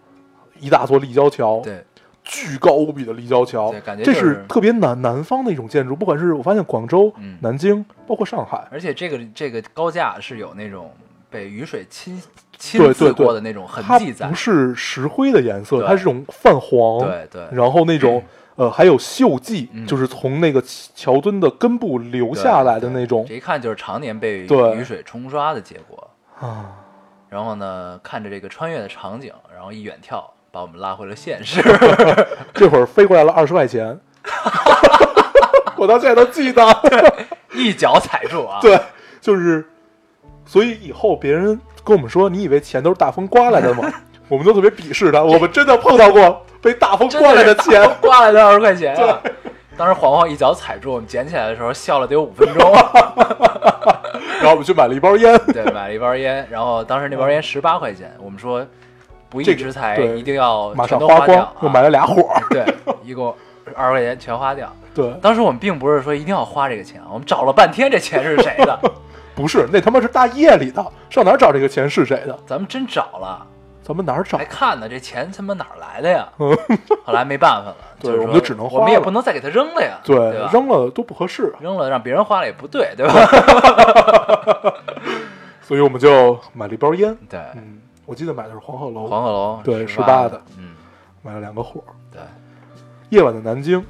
一大座立交桥，对，巨高无比的立交桥对，感觉这就是是特别南南方的一种建筑。不管是我发现广州、嗯南京，包括上海，而且这个这个高架是有那种被雨水侵对侵对渍对过的那种痕它迹在不，是石灰的颜色，对它是这种泛黄，对对然后那种。呃，还有锈迹，嗯就是从那个桥墩的根部流对下来的对那种这一看就是常年被对雨水冲刷的结果。啊，然后呢，看着这个穿越的场景，然后一远眺，把我们拉回了现 实。这会儿飞过来了二十块钱， 我到现在都记得。 一脚踩住啊！对，就是，所以以后别人跟我们说，你以为钱都是大风刮来的吗？我们都特别鄙视他。我们真的碰到过被大风真刮来的是大钱风，刮来的二十块钱啊！当时黄黄一脚踩住，我们捡起来的时候笑了得有五分钟。然后我们去买了一包烟。 对，买了一包烟，然后当时那包烟十八块钱，我们说不义嗯这个之财对一定要马全上都花掉光，啊又买了俩火儿。对，一共二十块钱全花掉。对，当时我们并不是说一定要花这个钱，啊我们找了半天这钱是谁 的，不是，那他妈是大夜里的，上哪儿找这个钱是谁的？咱们真找了，咱们哪儿找还？看呢，这钱他妈哪儿来的呀嗯？后来没办法了，对是我们说就只能我花们也了不能再给他扔了呀，对，吧？扔了都不合适，啊扔了让别人花了也不对， 对吧？所以我们就买了一包烟。对，嗯，我记得买的是黄鹤楼，黄鹤楼对18 18的，嗯，买了两个火儿。对，夜晚的南京，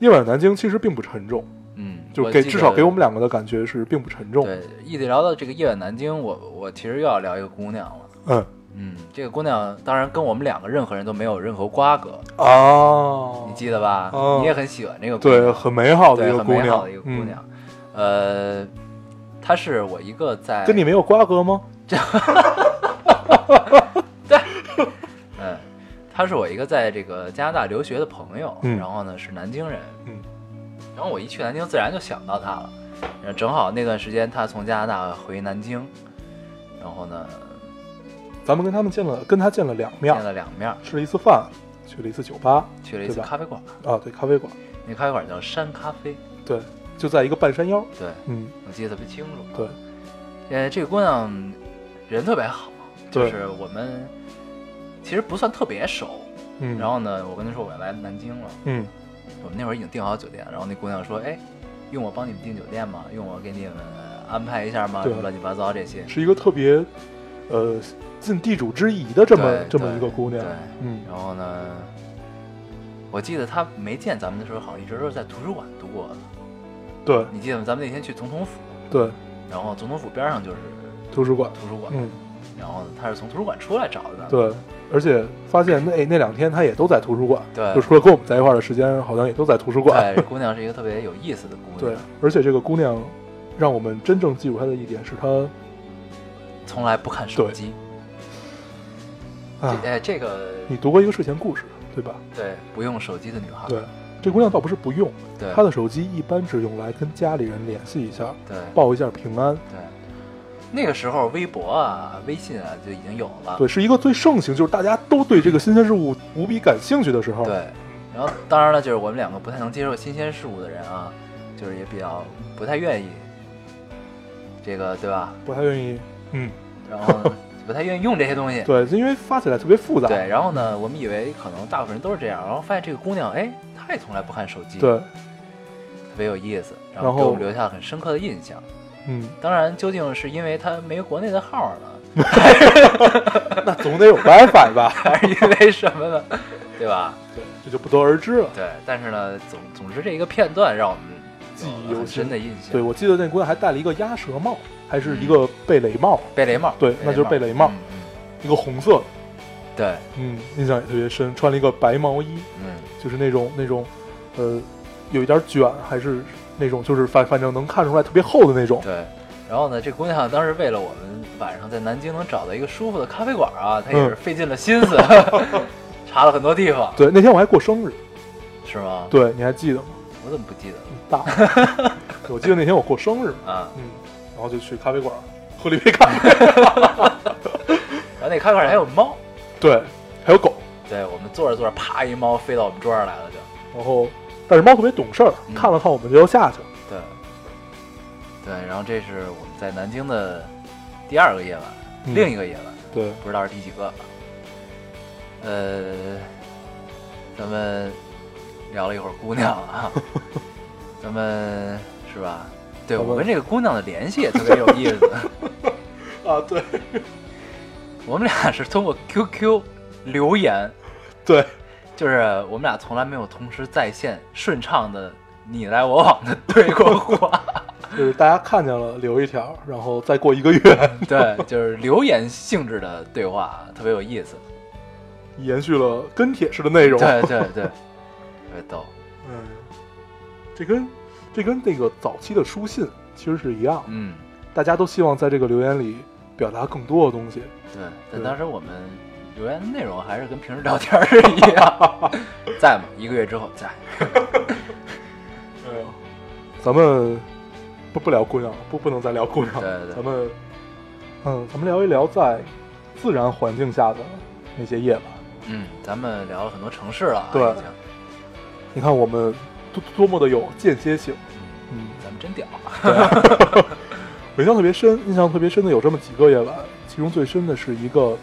夜晚的南京其实并不沉重，嗯，就我给记至少得给我们两个的感觉是并不沉重。对，一聊到这个夜晚南京，我我其实又要聊一个姑娘了。嗯嗯，这个姑娘当然跟我们两个任何人都没有任何瓜葛，啊你记得吧？哦你也很喜欢这个姑对，娘，很美好的对，一个很姑美娘，嗯好的一个姑娘。呃，她是我一个在嗯，跟你没有瓜葛吗？嗯，她是我一个在这个加拿大留学的朋友，嗯然后呢是南京人，嗯，然后我一去南京，自然就想到她了。然后正好那段时间她从加拿大回南京，然后呢咱们跟他们见了，跟他见了两面见儿，了两面儿，吃了一次饭，去了一次酒吧去了一次对吧咖啡馆，啊，对，咖啡馆，那咖啡馆叫山咖啡，对，就在一个半山腰，对嗯，我记得特别清楚。对，呃，这个姑娘人特别好，就对是我们其实不算特别熟。嗯，然后呢，我跟她说我要来南京了，嗯，我们那会儿已经订好酒店，然后那姑娘说，哎，用我帮你们订酒店吗？用我给你们安排一下吗？什对么乱七八糟这些。是一个特别，呃，尽地主之谊的这么对这么对一个姑娘对，嗯，然后呢，我记得她没见咱们的时候，好像一直都是在图书馆度过的。对你记得吗？咱们那天去总统府，对，然后总统府边上就是图书馆，图书馆，嗯，然后她是从图书馆出来找的咱们。对，而且发现那那两天他也都在图书馆，对就除了跟我们在一块儿的时间，好像也都在图书馆对，。哎这姑娘是一个特别有意思的姑对娘，，而且这个姑娘让我们真正记住她的一点是她从来不看手对机。啊，这哎，这个你读过一个睡前故事对吧？对不用手机的女孩，对，这姑娘倒不是不用，啊对她的手机一般只用来跟家里人联系一下，对报一下平安。对，那个时候微博啊、微信啊就已经有了，对，是一个最盛行，就是大家都对这个新鲜事物无比感兴趣的时候。对然后当然了，就是我们两个不太能接受新鲜事物的人啊，就是也比较不太愿意这个对吧？不太愿意。嗯，然后 呢不太愿意用这些东西。对，因为发起来特别复杂。对，然后呢，我们以为可能大部分人都是这样，然后发现这个姑娘，哎，她也从来不看手机，，对，特别有意思，然然后后给我们留下很深刻的印象。嗯，当然，究竟是因为他没国内的号呢，那总得有 WiFi 吧？还是因为什么 呢？对吧？对， 这就不得而知了。对，但是呢，总总之这一个片段让我们记忆有了犹很新深的印象。对，我记得那姑娘还戴了一个鸭舌帽，还是一个贝雷帽，贝雷帽，对那就是贝雷帽嗯一个红色的，嗯对，嗯，印象也特别深。穿了一个白毛衣，嗯，就是那种那种，呃，有一点卷，还是那种就是反反正能看出来特别厚的那种。对，然后呢，这姑娘当时为了我们晚上在南京能找到一个舒服的咖啡馆啊，她也是费尽了心 思，查了很多地方，对，那天我还过生日，是吗？，对，你还记得吗？我怎么不记得了你大， 我记得那天我过生日，啊？嗯，然后就去咖啡馆喝了一杯咖 啡，然后那咖啡馆还有猫，对，还有狗，对我们坐着坐着，啪，一猫飞到我们桌上来了，就，然后但是猫特别懂事儿，嗯看了看我们就要下去了。对，对，然后这是我们在南京的第二个夜晚，嗯另一个夜晚，对，不知道是第几个了。呃，咱们聊了一会儿姑娘 啊，咱们是吧？对好吧我跟这个姑娘的联系也特别有意 思，啊，对，我们俩是通过 QQ 留言，对，就是我们俩从来没有同时在线顺畅的你来我往的对过话， 就是大家看见了留一条，然后再过一个月 对，就是留言性质的对话，特别有意思。延续了跟帖式的内容。对对对，特别逗。嗯，这跟这跟那个早期的书信其实是一样，嗯，大家都希望在这个留言里表达更多的东西。对，但对当时我们留言的内容还是跟平时聊天儿是一样， 在吗？一个月之后在。哎呦，咱们不不聊姑娘了，不不能再聊姑娘了。对对咱们嗯，咱们聊一聊在自然环境下的那些夜晚。嗯，咱们聊了很多城市了啊，对已经。你看我们多多么的有间歇性，嗯，嗯，咱们真屌。我印象特别深，印象特别深的有这么几个夜晚，其中最深的是一个，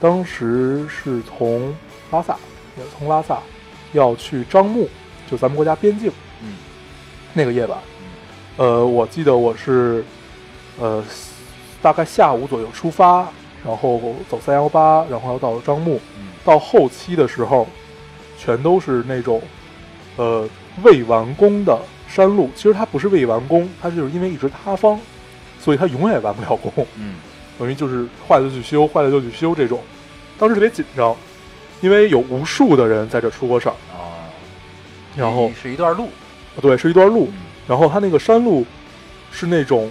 当时是从拉萨，也是从拉萨要去樟木，就咱们国家边境嗯那个夜晚，嗯呃，我记得我是，呃，大概下午左右出发，然后走三幺八，然后要到樟木，嗯，到后期的时候，全都是那种，呃，未完工的山路。其实它不是未完工，它就是因为一直塌方，所以它永远完不了工，嗯等于就是坏了就去修，坏了就去修这种。当时特别紧张，因为有无数的人在这出过事儿。哦，然后是，是一段路。对，是一段路嗯，然后它那个山路是那种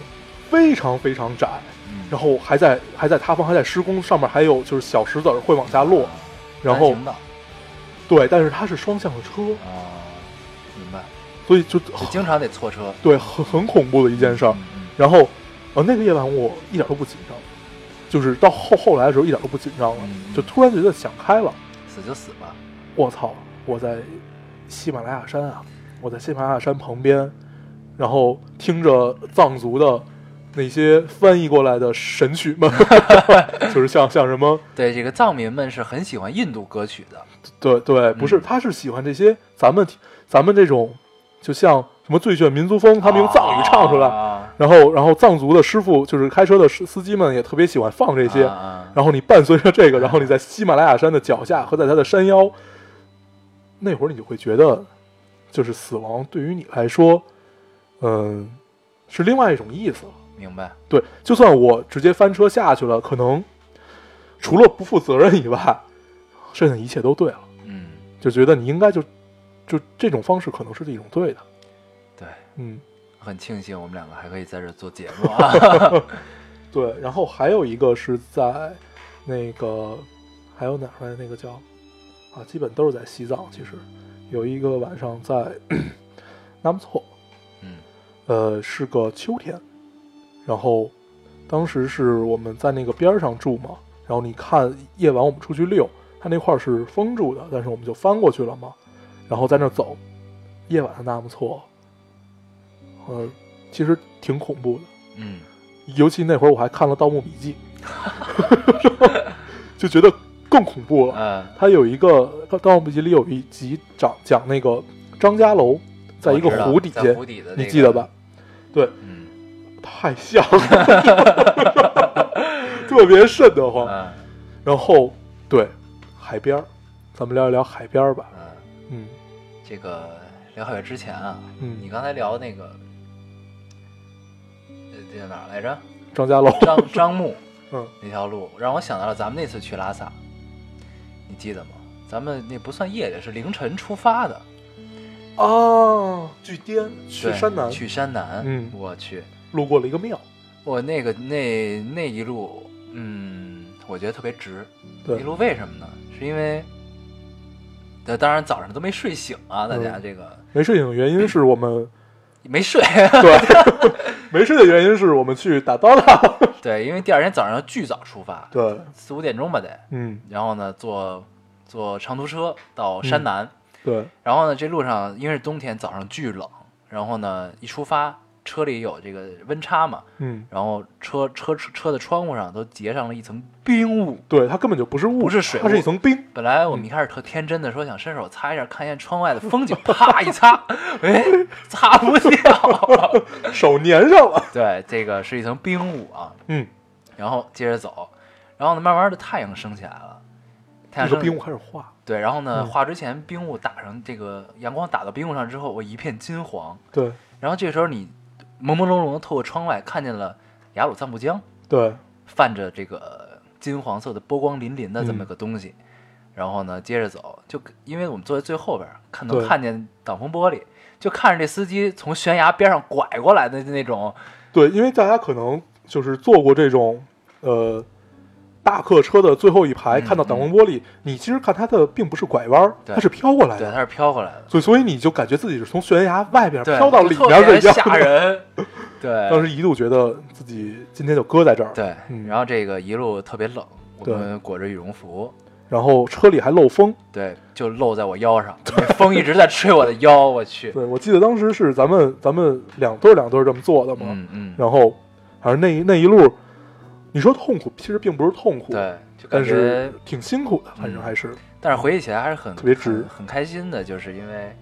非常非常窄，嗯，然后还在还在塌方，还在施工，上面还有就是小石子儿会往下落啊。然单后行道对，但是它是双向的车，啊，明白。所以就就很经常得错车。对很很恐怖的一件事儿。嗯嗯然后呃那个夜晚我一点都不紧张，就是到后后来的时候一点都不紧张了嗯，嗯就突然觉得想开了，死就死吧。我操，我在喜马拉雅山啊，我在喜马拉雅山旁边，然后听着藏族的那些翻译过来的神曲们， 就是像像什么，对，这个藏民们是很喜欢印度歌曲的。对对，不是，嗯他是喜欢这些咱们咱们这种，就像什么最炫民族风，他们用藏语唱出来，啊然后然后藏族的师傅就是开车的司司机们也特别喜欢放这些，啊啊然后你伴随着这个，然后你在喜马拉雅山的脚下和在它的山腰，那会儿你就会觉得，就是死亡对于你来说，嗯，是另外一种意思了。明白。对，就算我直接翻车下去了，可能除了不负责任以外，剩下一切都对了，嗯，就觉得你应该就就这种方式可能是一种对的。对。嗯，很庆幸我们两个还可以在这儿做节 目啊。对。然后还有一个是在那个还有哪儿来那个叫啊，基本都是在西藏。其实有一个晚上在 纳木错，嗯呃，是个秋天，然后当时是我们在那个边儿上住嘛，然后你看夜晚我们出去溜，它那块儿是封住的，但是我们就翻过去了嘛，然后在那儿走，夜晚的纳木错，呃，其实挺恐怖的，嗯，尤其那会儿我还看了《盗墓笔记》，就觉得更恐怖了。呃，它有一个《盗墓笔记》里有一集讲讲那个张家楼在一个我知道湖底下在，湖底的、你记得吧？？对，嗯太像了， 特别瘆得嗯慌。然后对海边儿，咱们聊一聊海边儿吧。嗯，嗯这个聊海之前啊，嗯你刚才聊那个，呃，这叫哪儿来着？张家楼， 樟樟木嗯那条路让我想到了咱们那次去拉萨，你记得吗？咱们那不算夜里，是凌晨出发的，啊，巨颠去哦对山南，去山南，嗯我去，路过了一个庙，我那个那那一路，嗯，我觉得特别值。对一，路为什么呢？是因为，呃，当然早上都没睡醒啊，大嗯家这个、没睡醒的原因是我们没睡， 对，没睡的原因是我们去打刀了，对，因为第二天早上要巨早出发， 对，四五点钟吧得，嗯，然后呢坐坐长途车到山嗯南，对，然后呢这路上因为是冬天，早上巨冷，然后呢一出发车里有这个温差嘛，嗯，然后车车车车的窗户上都结上了一层冰雾。对，它根本就不是雾，不是水雾它是一层冰，本来我们一开始特天真的说想伸手擦一下，看一下窗外的风景， 啪一擦，哎，擦不 掉。手粘上了，对，这个是一层冰雾啊。嗯，然后接着走，然后呢，慢慢的太阳升起来了，太那阳个升嗯冰雾开始化，对，然后呢，嗯化之前冰雾打上这个阳光打到冰雾上之后，我一片金黄。对，然后这个时候你朦朦胧胧地透过窗外看见了雅鲁藏布江，对，泛着这个金黄色的波光粼粼的这么嗯个东西。然后呢，接着走，就因为我们坐在最后边儿，看对能看见挡风玻璃，就看着这司机从悬崖边上拐过来的那种，对，因为大家可能就是坐过这种呃大客车的最后一排，嗯看到挡风玻璃，你其实看它的并不是拐弯儿，对它是飘过来对，的，他是飘过来的，所以所以你就感觉自己是从悬崖外边对，飘到就里特面别的一样。吓人， 当对，时一度觉得自己今天就搁在这儿，对嗯，然后这个一路特别冷，我对们裹着羽绒服，然后车里还漏风。对，就露在我腰上，那风一直在吹我的腰，我去，对，我记得当时是咱们咱们两对儿两对儿这么做的嘛，嗯嗯，然后反正那一那一路，你说痛苦，其实并不是痛苦，对，就感但觉是，挺辛苦的，反正嗯还是、但是回忆起来还是很特别值很很开心的，就是因为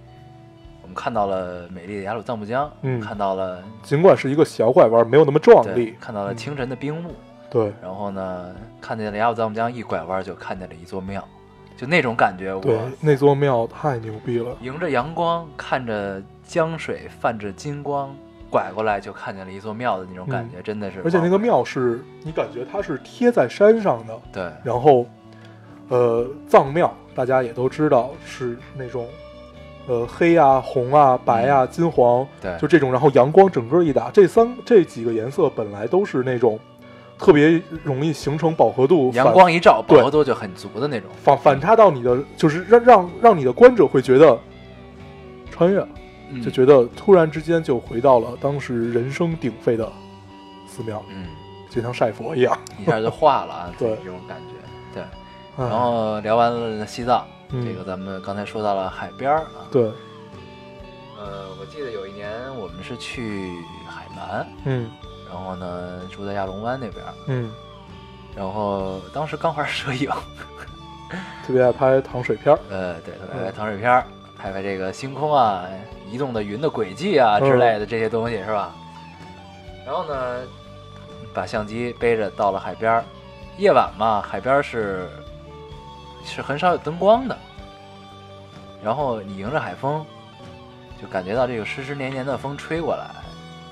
我们看到了美丽的雅鲁藏布江，嗯看到了尽管是一个小拐弯，没有那么壮对，丽，嗯看到了清晨的冰雾，对然后呢，看见了雅鲁藏布江一拐弯就看见了一座庙，就那种感觉，对我，那座庙太牛逼了，迎着阳光，看着江水泛着金光，拐过来就看见了一座庙的那种感觉，真的是忘不嗯了。而且那个庙是你感觉它是贴在山上的，对然后，呃，藏庙大家也都知道是那种，呃，黑啊、红啊、白嗯啊、金黄，对，就这种，然后阳光整个一打，这三这几个颜色本来都是那种特别容易形成饱和度，阳反光一照，对饱和度就很足的那种。反反差到你的，就是让让让你的观者会觉得穿越了。嗯就觉得突然之间就回到了当时人声鼎沸的寺庙，嗯，就像晒佛一样。一下就化了啊， 对嗯自己这种感觉。对，然然后聊完了西藏，哎嗯哦这个咱们刚才说到了海边儿啊。对，呃，我记得有一年我们是去海南，嗯然后呢住在亚龙湾那边儿，嗯，然后当时刚玩 摄影，特别爱拍糖水片儿。呃，对，拍嗯拍糖水片儿，拍拍这个星空啊、移动的云的轨迹啊之类的这些东西是吧？然后呢，把相机背着到了海边儿，夜晚嘛，海边儿是是很少有灯光的，然后你迎着海风，就感觉到这个湿湿黏黏的风吹过来，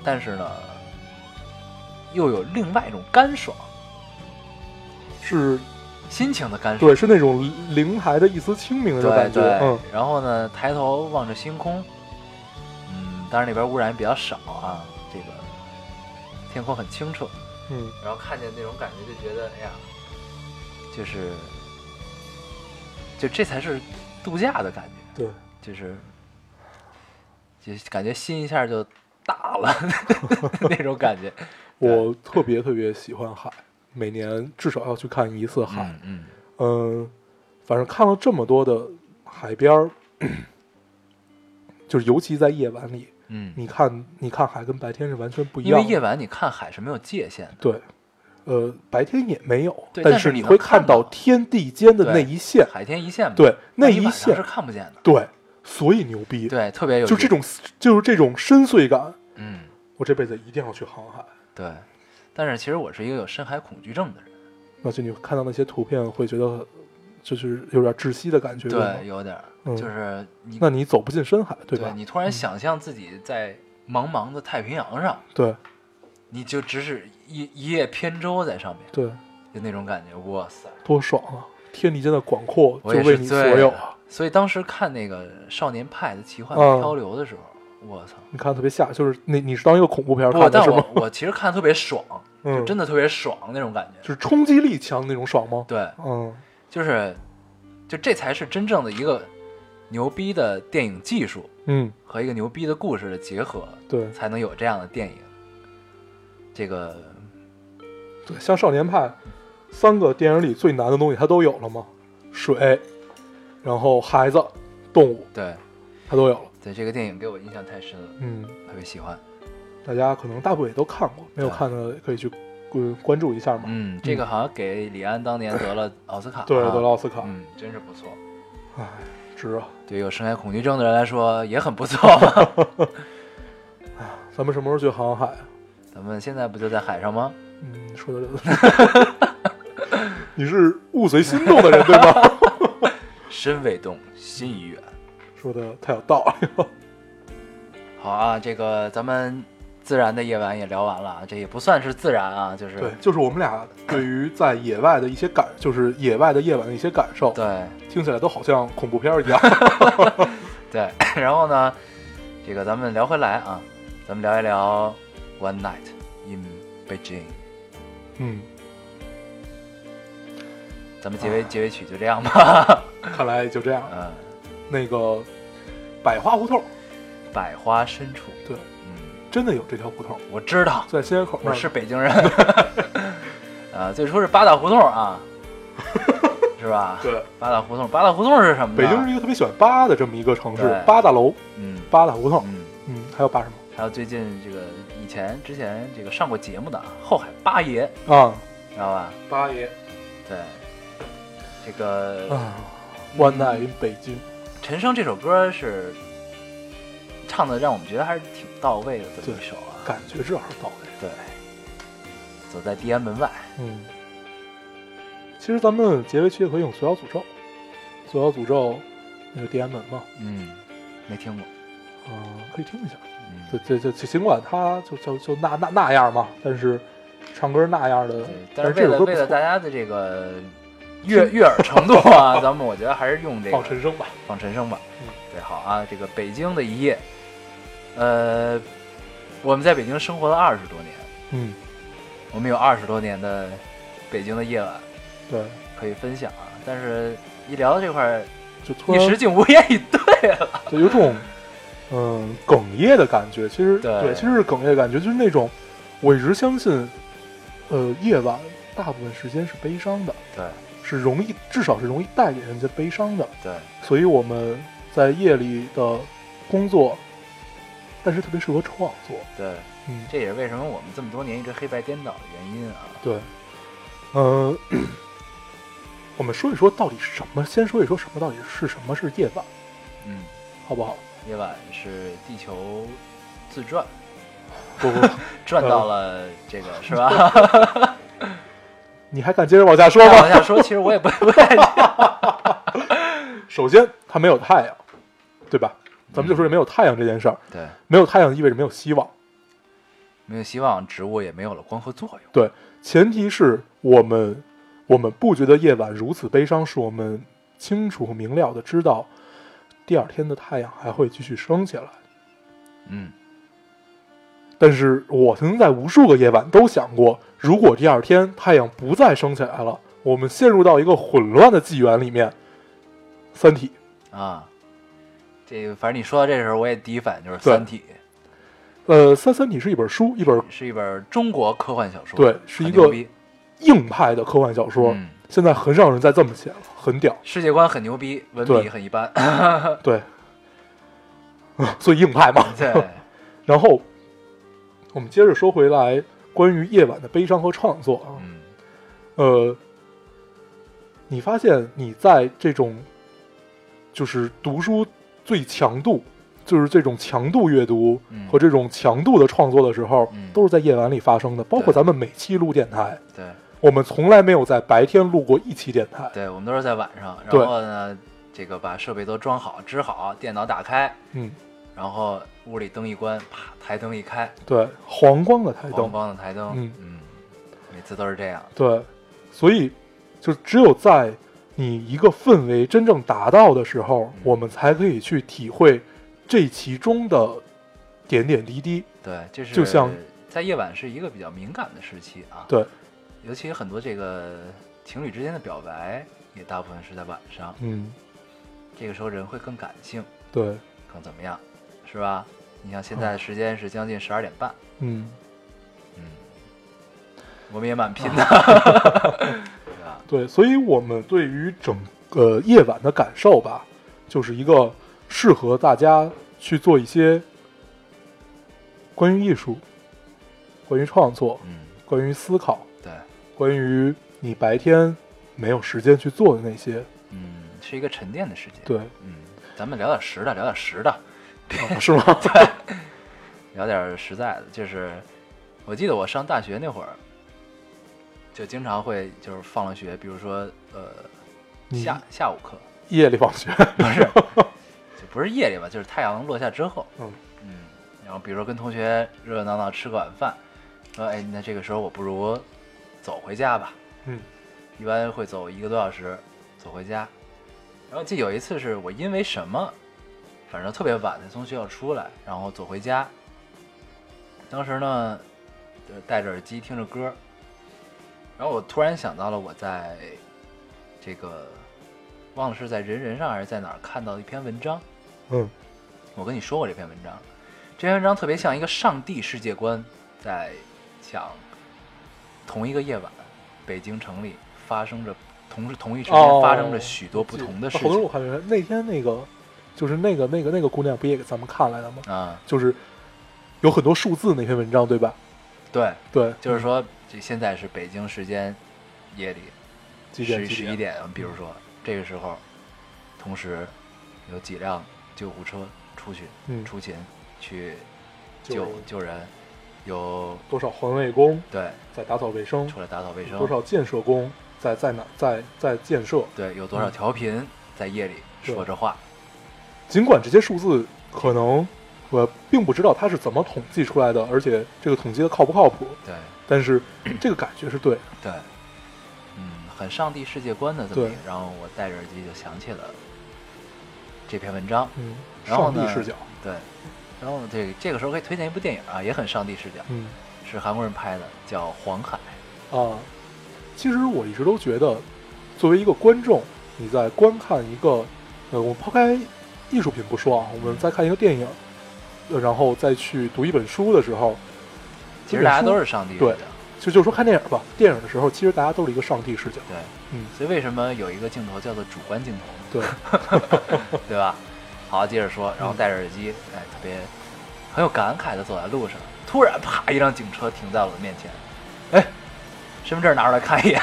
但是呢，又有另外一种干爽，是心情的干爽。对，是那种灵台的一丝清明的那种对感觉。对，嗯然后呢，抬头望着星空，嗯，当然那边污染比较少啊，这个天空很清澈，嗯，然后看见那种感觉就觉得，哎呀，就是，就这才是度假的感觉，对，就是，就感觉心一下就大了 那种感觉，嗯我特别特别喜欢海，每年至少要去看一次海。嗯嗯，嗯，反正看了这么多的海边儿， 就是尤其在夜晚里，嗯，你看你看海跟白天是完全不一因为样的。夜晚你看海是没有界限的，对，呃，白天也没有，对但但是你你会能看到到天地间的对那一线，海天一线嘛，对，那但你一晚上线是，看不见的，对，所以牛逼，对，特别有就意这思，种就是这种深邃感，嗯。我这辈子一定要去航海。对，但是其实我是一个有深海恐惧症的人，那就你看到那些图片，会觉得就是有点窒息的感觉，吧对，有点儿，嗯就是你那你走不进深海，对对吧？嗯你突然想象自己在茫茫的太平洋上，对你就只是一一叶扁舟在上面，对，就那种感觉，哇塞！多爽啊！天地间的广阔我就也为是你所醉有了啊，所以当时看那个《少年派的奇幻嗯漂流》的时候，我操！你看得特别吓，就是你你是当一个恐怖片儿不，看的哦但是吗我？我其实看得特别爽，就 嗯，真的特别爽那种感觉。就是冲击力强那种爽吗？对，嗯就是，就这才是真正的一个牛逼的电影技术嗯，和一个牛逼的故事的结合，对才能有这样的电影。这个对，像少年派，三个电影里最难的东西它都有了嘛，水，然后孩子、动物，对它都有了。对，这个电影给我印象太深了，嗯，特别喜欢。大家可能大部分也都看过，没有对看的可以去关关注一下嘛。嗯，这个好像给李安当年得了奥斯卡，对，啊得了奥斯卡，嗯，真是不错。哎，值啊！对有深海恐惧症的人来说也很不错。咱们什么时候去航海啊？ 咱们现在不就在海上吗？嗯，说的这， 你是物随心动的人对吧？身未动，心已远。 说的太有道理了。好啊，这个咱们自然的夜晚也聊完了啊，这也不算是自然啊，就是对，就是我们俩对于在野外的一些感，就是野外的夜晚的一些感受，对听起来都好像恐怖片儿一 样。对 然后呢，这个咱们聊回来啊，咱们聊一聊《One Night in Beijing》。嗯，咱们结啊尾结尾曲就这样 吧。看来就这样。嗯，那个百花胡同，百花深处。对，嗯，真的有这条胡同，我知道，在西安 口那我儿。是北京人。 啊，最初是八大胡同 啊，是吧？对，八大胡同，八大胡同是什么呢？北京是一个特别喜欢扒的这么一个城市对，八大楼、嗯八大胡同，嗯，嗯，还有扒什么还有最近这个以前之前这个上过节目的啊，后海八爷，啊？知道吧？八爷对，这个啊，One Night in 北京，陈升这首歌是唱的，让我们觉得还是挺到位的这么一对首啊。感觉正好到位。对，走在地安门外，嗯，其实咱们结尾曲也可以用《左小诅咒》，《左小诅咒》那个地安门嘛，嗯，没听过，啊、可以听一下。嗯，这这这这，尽管他就就就那那那样嘛，但是唱歌那样的对，但但是这为首了歌为不了错大，家的这个悦悦耳程度 啊，咱们我觉得还是用这个放陈升吧。放陈升吧嗯。对，好啊，这个北京的一夜，呃，我们在北京生活了二十多年，嗯，我们有二十多年的北京的夜晚对，可以分享啊。但是，一聊到这块儿，就突一然时竟无言以对 了。就有种嗯哽咽的感觉。其实对其实是哽咽的感觉，就是那种我一直相信，呃，夜晚大部分时间是悲伤的，对是容易，至少是容易带给人家悲伤的。对所以我们在夜里的工作，但是特别适合创作。对，嗯，这也是为什么我们这么多年一直黑白颠倒的原因啊。对，呃， 我们说一说到底是什么，先说一说什么到底是什么是夜晚，嗯，好不好？夜晚是地球自转，不不，转嗯到了这个是 吧？你还敢接着往下说再吗往？下说，其实我也不不 太首先，它没有太阳，对吧？咱们就说这没有太阳这件事儿，对，没有太阳意味着没有希望。没有希望，植物也没有了光合作用。对，前提是我们我们不觉得夜晚如此悲伤，是我们清楚明了的知道，第二天的太阳还会继续升起来。嗯，但是我曾经在无数个夜晚都想过，如果第二天太阳不再升起来了，我们陷入到一个混乱的纪元里面，《三体》啊，这个反正你说到这时候，我也第一反应就是《三体呃，《三三体》是一本书，一本》，是一本中国科幻小说，对是一很牛个逼硬派的科幻小说。嗯现在很少人再这么写了，很屌。世界观很牛逼，文笔对很一 般，对，啊所以硬派嘛。 对，然后我们接着说回来，关于夜晚的悲伤和创作啊，嗯，呃，你发现你在这种就是读书最强度，就是这种强度阅读嗯和这种强度的创作的时候，嗯都是在夜晚里发生的。包括对咱们每期录电台，对我们从来没有在白天录过一期电台。对，我们都是在晚上，然对后呢，这个把设备都装好、支好，电脑打开，嗯，然后屋里灯一关，啪，台灯一开，对，黄光的台黄灯，光的台灯，嗯嗯，每次都是这样，对，所以就只有在你一个氛围真正达到的时候，我们才可以去体会这其中的点点滴滴。对，这是就像在夜晚是一个比较敏感的时期啊。对，尤其很多这个情侣之间的表白，也大部分是在晚上，嗯，这个时候人会更感性，对，更怎么样，是吧？你像现在的时间是将近十二点半，嗯，我们也蛮拼啊 的，对吧？对，所以我们对于整个夜晚的感受吧，就是一个适合大家去做一些关于艺术、关于创作、嗯，关于思考、对，关于你白天没有时间去做的那些。嗯，是一个沉淀的时间。，对，嗯，咱们聊点实的，聊点实的，啊 是吗？聊点实在的。就是我记得我上大学那会儿，就经常会就是放了学，比如说呃你下下午课，夜里放学，不 是，就不是夜里吧，就是太阳落下之后，嗯嗯，然后比如说跟同学热热闹闹吃个晚饭，说哎，那这个时候我不如走回家吧，嗯一般会走一个多小时走回家。然后记得有一次是我因为什么，反正特别晚才从学校出来，然后走回家。当时呢，就戴着耳机听着歌，然后我突然想到了我在这个忘了是在人人上还是在哪儿看到一篇文章，嗯我跟你说过这篇文章，这篇文章特别像一个上帝世界观，在讲同一个夜晚，北京城里发生着同时同一时间哦发生着许多不同的事好多人情我看人那天那个就是那个那个那个姑娘不也给咱们看来了吗？啊、就是有很多数字那篇文章对吧？对，对，就是说这现在是北京时间夜里几点十几十一点，比如说这个时候，同时有几辆救护车出去嗯出勤去救救人救人，有多少环卫工对在打扫卫生，出来打扫卫生多，少建设工在在哪在在建设。对有多少嗯调频在夜里说对着话，尽管这些数字可能我并不知道它是怎么统计出来的，而且这个统计的靠不靠谱，对但是这个感觉是对的。对，嗯，很上帝世界观的这么一个对。然后我戴着耳机就想起了这篇文章，嗯，然后上帝呢视角。对，然后这这个时候可以推荐一部电影啊，也很上帝视角，嗯是韩国人拍的，叫《黄海》。啊，其实我一直都觉得，作为一个观众，你在观看一个，呃，我们抛开艺术品不说啊，我们再看一个电影，呃然后再去读一本书的时候，其实大家都是。是上帝视对角，就就说看电影吧，电影的时候其实大家都是一个上帝视角。对，嗯，所以为什么有一个镜头叫做主观镜头 呢？对，对吧？好，接着说，然后嗯戴着耳机，哎，特别很有感慨的走在路上，突然啪，一辆警车停在了我的面前，哎，身份证拿出来看一眼，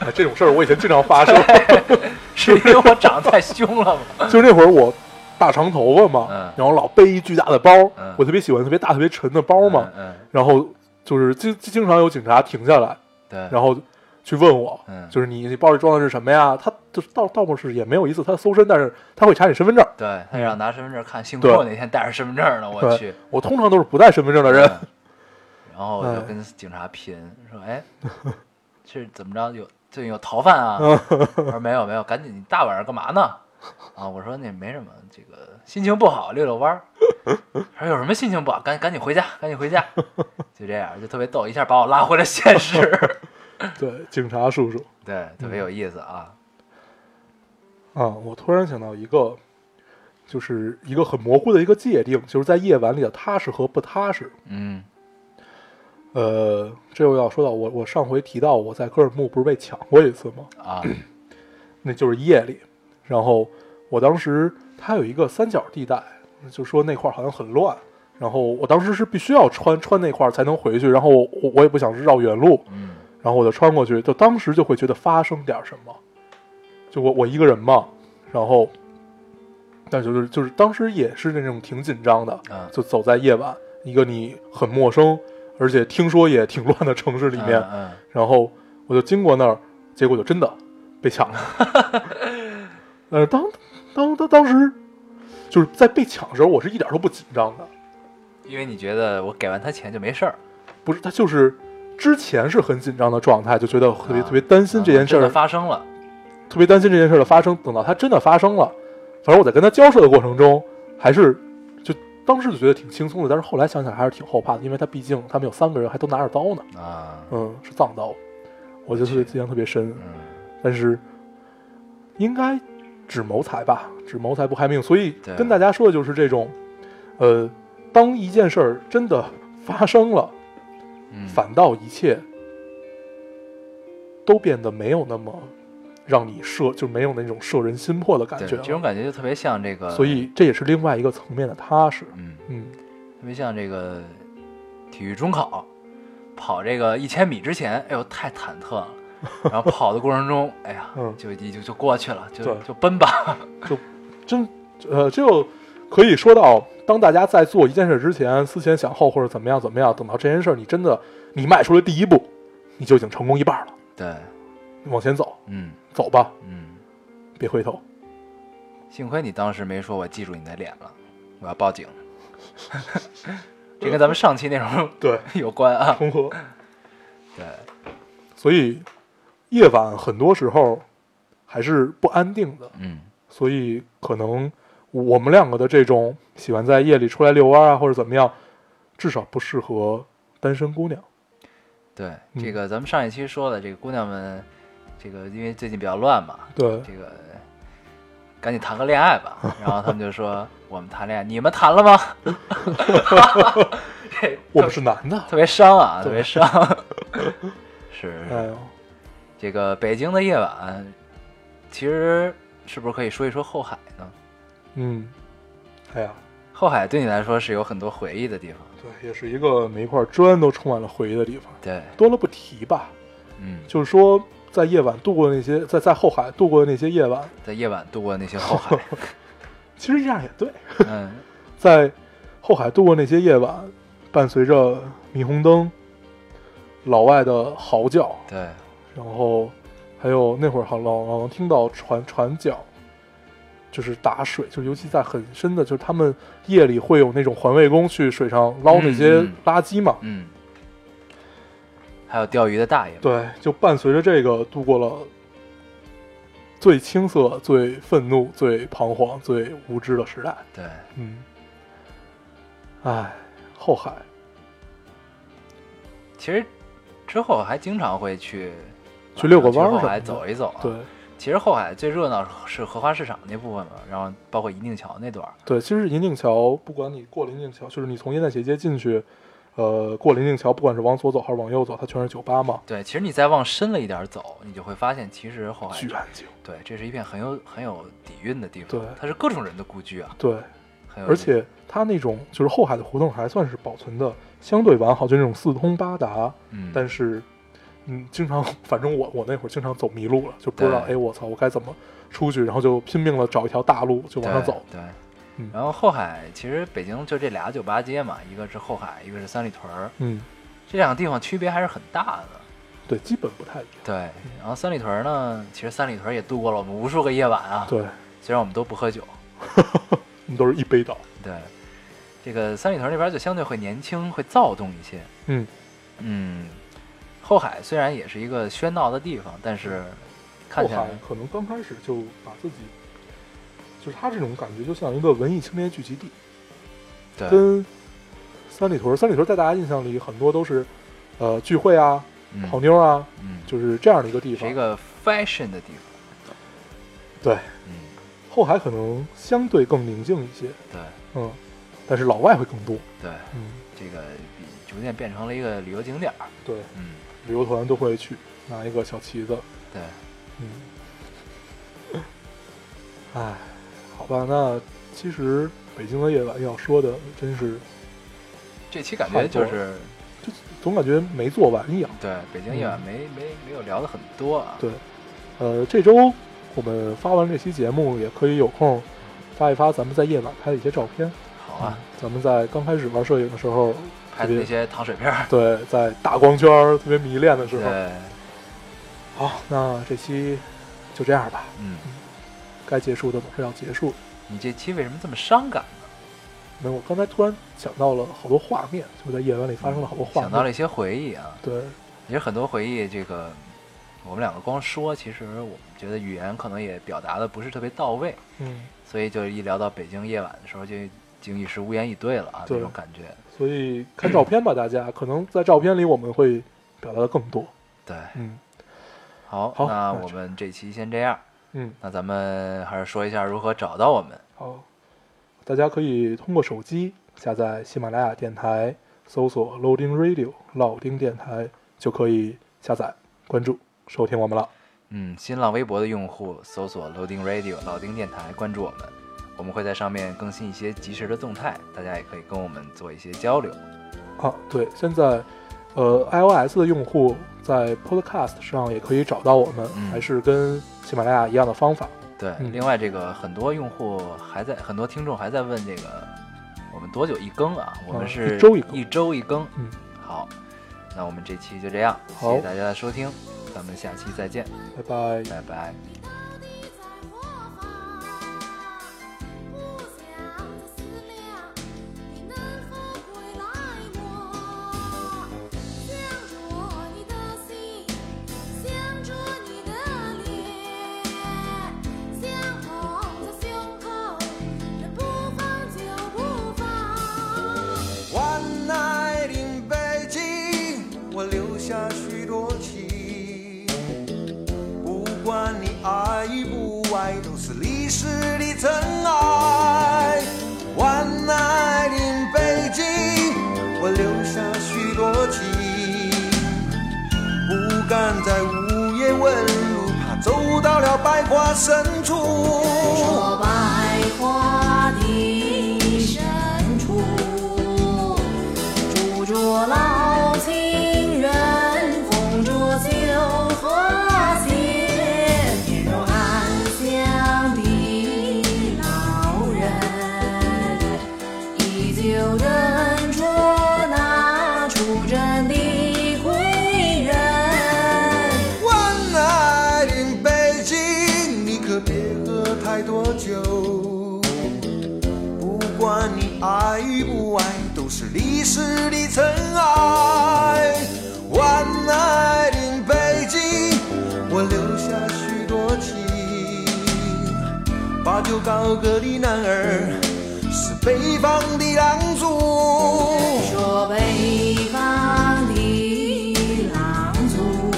哎这种事儿我以前经常 发生，是因为我长得太凶 了吗？就是那会儿我大长头发嘛，嗯然后老背一巨大的包，嗯我特别喜欢特别大特别沉的包嘛，嗯，然后就是经经常有警察停下来，嗯对，然后去问我，嗯就是你你包里装的是什么呀？他就是到到末是也没有一次他搜身，但是他会查你身份证。对他让拿身份证看，幸亏我嗯对那天带着身份证呢，我去对，，我通常都是不带身份证的人。嗯然后我就哎跟警察拼，说：“哎，是怎么着？有最近有逃犯 啊？”我说：“没有，没有，赶紧，你大晚上干嘛呢？”啊，我说：“那没什么，这个心情不好，遛遛弯儿。”他说：“有什么心情不好？赶赶紧回家，赶紧回家。”就这样，就特别逗，一下把我拉回了现实。 嗯 对，警察叔叔对，特别有意思啊。啊，我突然想到一个，就是一个很模糊的一个界定，就是在夜晚里的踏实和不踏实。嗯呃，这又要说到我我上回提到我在科尔木不是被抢过一次吗？啊，那就是夜里。然后我当时它有一个三角地带，就说那块儿好像很乱。然后我当时是必须要穿穿那块儿才能回去，然后我我也不想绕远路，嗯然后我就穿过去，就当时就会觉得发生点什么，就我我一个人嘛，然后，但就是就是当时也是那种挺紧张的，嗯，就走在夜晚一个你很陌生，而且听说也挺乱的城市 里面，嗯然后我就经过那儿，结果就真的被抢 了。呃，当当当当时就是在被抢的时候，我是一点都不紧张的，嗯因为你觉得我给完他钱就没事儿，不是他就是之前是很紧张的状态，就觉得特别、啊特别担心这件事啊真儿、的发生了，特别担心这件事的发生。等到它真的发生了，反正我在跟他交涉的过程中，还是就当时就觉得挺轻松的，但是后来想想还是挺后怕的，因为他毕竟他们有三个人还都拿着刀呢，啊，嗯，是藏刀，我觉得印象特别深。嗯，但是应该只谋财吧，只谋财不害命。所以对跟大家说的就是这种，呃，当一件事儿真的发生了，嗯反倒一切都变得没有那么让你摄，就没有那种摄人心魄的感对觉这种了。感觉就特别像这个，所以这也是另外一个层面的踏实。嗯，嗯，特别像这个体育中考，跑这个一千米之前，哎呦太忐忑了，然后跑的过程中，哎呀嗯，就就就过去了，就对就奔吧，真呃，就可以说到，当大家在做一件事之前思前想后或者怎么样怎么样，等到这件事儿你真的你迈出了第一步，你就已经成功一半了。对，往前走，嗯走吧，嗯，别回头。幸亏你当时没说我记住你的脸了，我要报 警，这跟咱们上期内容 对，有关啊，重合。对，所以夜晚很多时候还是不安定的，嗯所以可能我们两个的这种喜欢在夜里出来遛弯啊，或者怎么样，至少不适合单身姑娘。对，嗯这个咱们上一期说了，这个姑娘们，这个因为最近比较乱嘛，对，这个赶紧谈个恋爱吧。然后他们就说我们谈恋爱，你们谈了吗？这我们是男的。特别伤啊，特对别伤。 是哎呦，这个北京的夜晚，其实是不是可以说一说后海呢？嗯，哎呀，后海对你来说是有很多回忆的地方，对，也是一个每一块砖都充满了回忆的地方，对，多了不提吧。嗯，就是说，在夜晚度过的那些，在在后海度过的那些夜晚，在夜晚度过那些后 海，其实这样也对。嗯在后海度过那些夜晚，伴随着霓虹灯、老外的嚎叫，对，然后还有那会儿好老老能听到船船桨，就是打水，就尤其在很深的，就是他们夜里会有那种环卫工去水上捞那些嗯嗯垃圾嘛。嗯，还有钓鱼的大爷，对，就伴随着这个度过了最青涩、最愤怒、最彷徨、最无知的时代。对，嗯，唉，后海。其实之后还经常会去去遛个弯儿去什后么海的走一走、啊。对，其实后海最热闹是荷花市场那部分嘛，然后包括一定桥那段儿。对，其实银锭桥，不管你过了银锭桥，就是你从烟袋斜街进去，呃，过了银锭桥，不管是往左走还是往右走，它全是酒吧嘛，对，其实你再往深了一点儿走，你就会发现，其实后海巨安静。对，这是一片很有很有底蕴的地方。对它是各种人的故居啊，对，很有而且它那种就是后海的胡同还算是保存的相对完好，就那种四通八达，嗯，但是，嗯，经常， 反正我我那会儿经常走迷路了，就不知道，对哎，我操，我该怎么出去，然后就拼命的找一条大路就往上对走。对。嗯然后后海其实北京就这俩酒吧街嘛，一个是后海，一个是三里屯儿，嗯，这两个地方区别还是很大的。对，基本不太一样。对，然后三里屯儿呢，其实三里屯儿也度过了我们无数个夜晚啊。对，虽然我们都不喝酒，我们都是一杯倒。对，这个三里屯那边就相对会年轻，会躁动一些。嗯，嗯，后海虽然也是一个喧闹的地方，但是看后起来海可能刚开始就把自己，就是他这种感觉就像一个文艺青年聚集地，对，跟三里屯，三里屯在大家印象里很多都是，呃，聚会啊、嗯泡妞啊，嗯，就是这样的一个地是方一。个 fashion 的地方。对，嗯，后海可能相对更宁静一些，对嗯，但是老外会更多，对，嗯，这个比逐渐变成了一个旅游景点儿。对，嗯，旅游团都会去拿一个小旗子，对，嗯，唉，好吧，那其实北京的夜晚要说的真是这期感觉就是就总感觉没做完一样。对北京夜晚没、没没有聊的很多啊。嗯对，呃，这周我们发完这期节目，也可以有空发一发咱们在夜晚拍的一些照片。好啊，咱们在刚开始玩摄影的时候，拍的那些糖水片儿。对，在大光圈儿特别迷恋的时对候。，好，那这期就这样吧，嗯，该结束的总是要结束。你这期为什么这么伤感？那我刚才突然想到了好多画面，嗯就在夜晚里发生了好多画面。想到了一些回忆啊。对，其实很多回忆，这个我们两个光说，其实我觉得语言可能也表达的不是特别到位，嗯，所以就一聊到北京夜晚的时候，就已经已是无言以对了啊，对那种感觉。所以看照片吧，大家可能在照片里我们会表达的更多。对，嗯好，好那那我这们这期先这样。嗯，那咱们还是说一下如何找到我们。好，大家可以通过手机下载喜马拉雅电台，搜索 Loading Radio 老丁电台，就可以下载关注收听我们了。嗯，新浪微博的用户搜索 Loading Radio 老丁电台，关注我们，我们会在上面更新一些及时的动态，大家也可以跟我们做一些交流。啊，对，现在呃 iOS 的用户在 Podcast 上也可以找到我们，嗯还是跟喜马拉雅一样的方法。对，嗯另外这个很多用户还在，很多听众还在问这个，我们多久一更啊？我们啊是一周一更一周一更。嗯，好，那我们这期就这样，谢好谢大家的收听，咱们下期再见，拜拜。拜拜。你到底在何方？不想再思量，你能否回来我？想着你的心，想着你的脸，想捧在胸口，这不放就不放。 One night in Beijing，我留下许多情。不管你爱不爱，都是历啊史的尘埃。One night in Beijing，我留下许多情。不敢在午夜问路，怕走到了百花深处。说百花的深处，住着老情人，风着旧和谐，温柔安详的老人，依旧认着那出征的归人。 One night in Beijing，你可别喝太多酒。不管你爱与不爱，都是历啊史的尘埃。One night in Beijing，我留下许多情。把酒高歌的男儿，是北方的狼族。说北方的狼族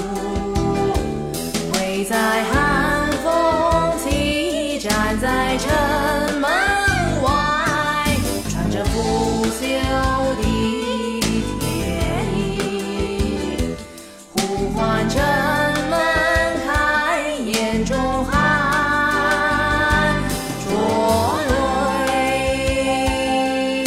会在寒风起站在城门外，穿着不朽的铁衣，呼唤城门开，眼中含浊泪。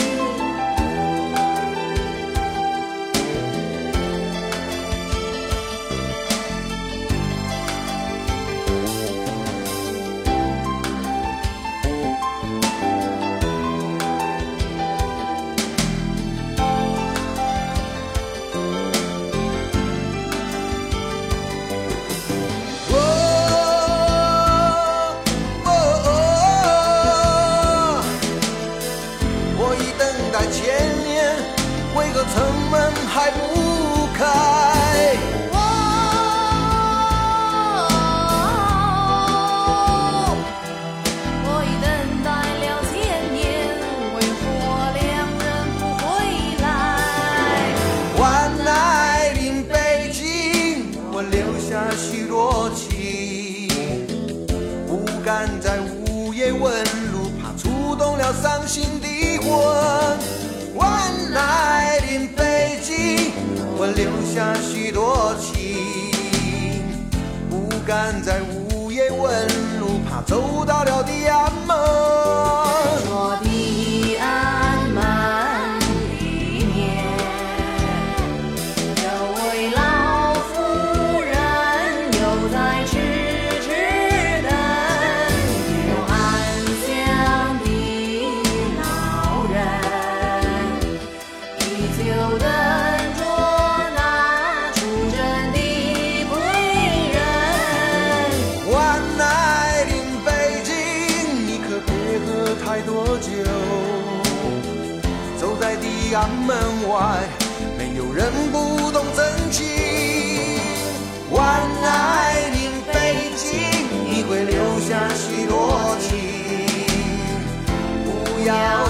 Oh, oh, oh, oh, 我已等待千年，为何城门还不开？哦，我已等待了千年，为何良人不回来？晚来临北京，我留下许多情，不敢在午夜问路，怕触动了伤心的魂。晚来临北京，我留下许多情，不敢在午夜问路，怕走到了地安门。说地安门里面，有位老妇人，又在痴痴等，有安详的老人。依旧等着那出征的归人。 One night in Beijing，你可别喝太多酒。走在地安门外，没有人不懂真情。晚来临北京，你会留下许多情。不要 e um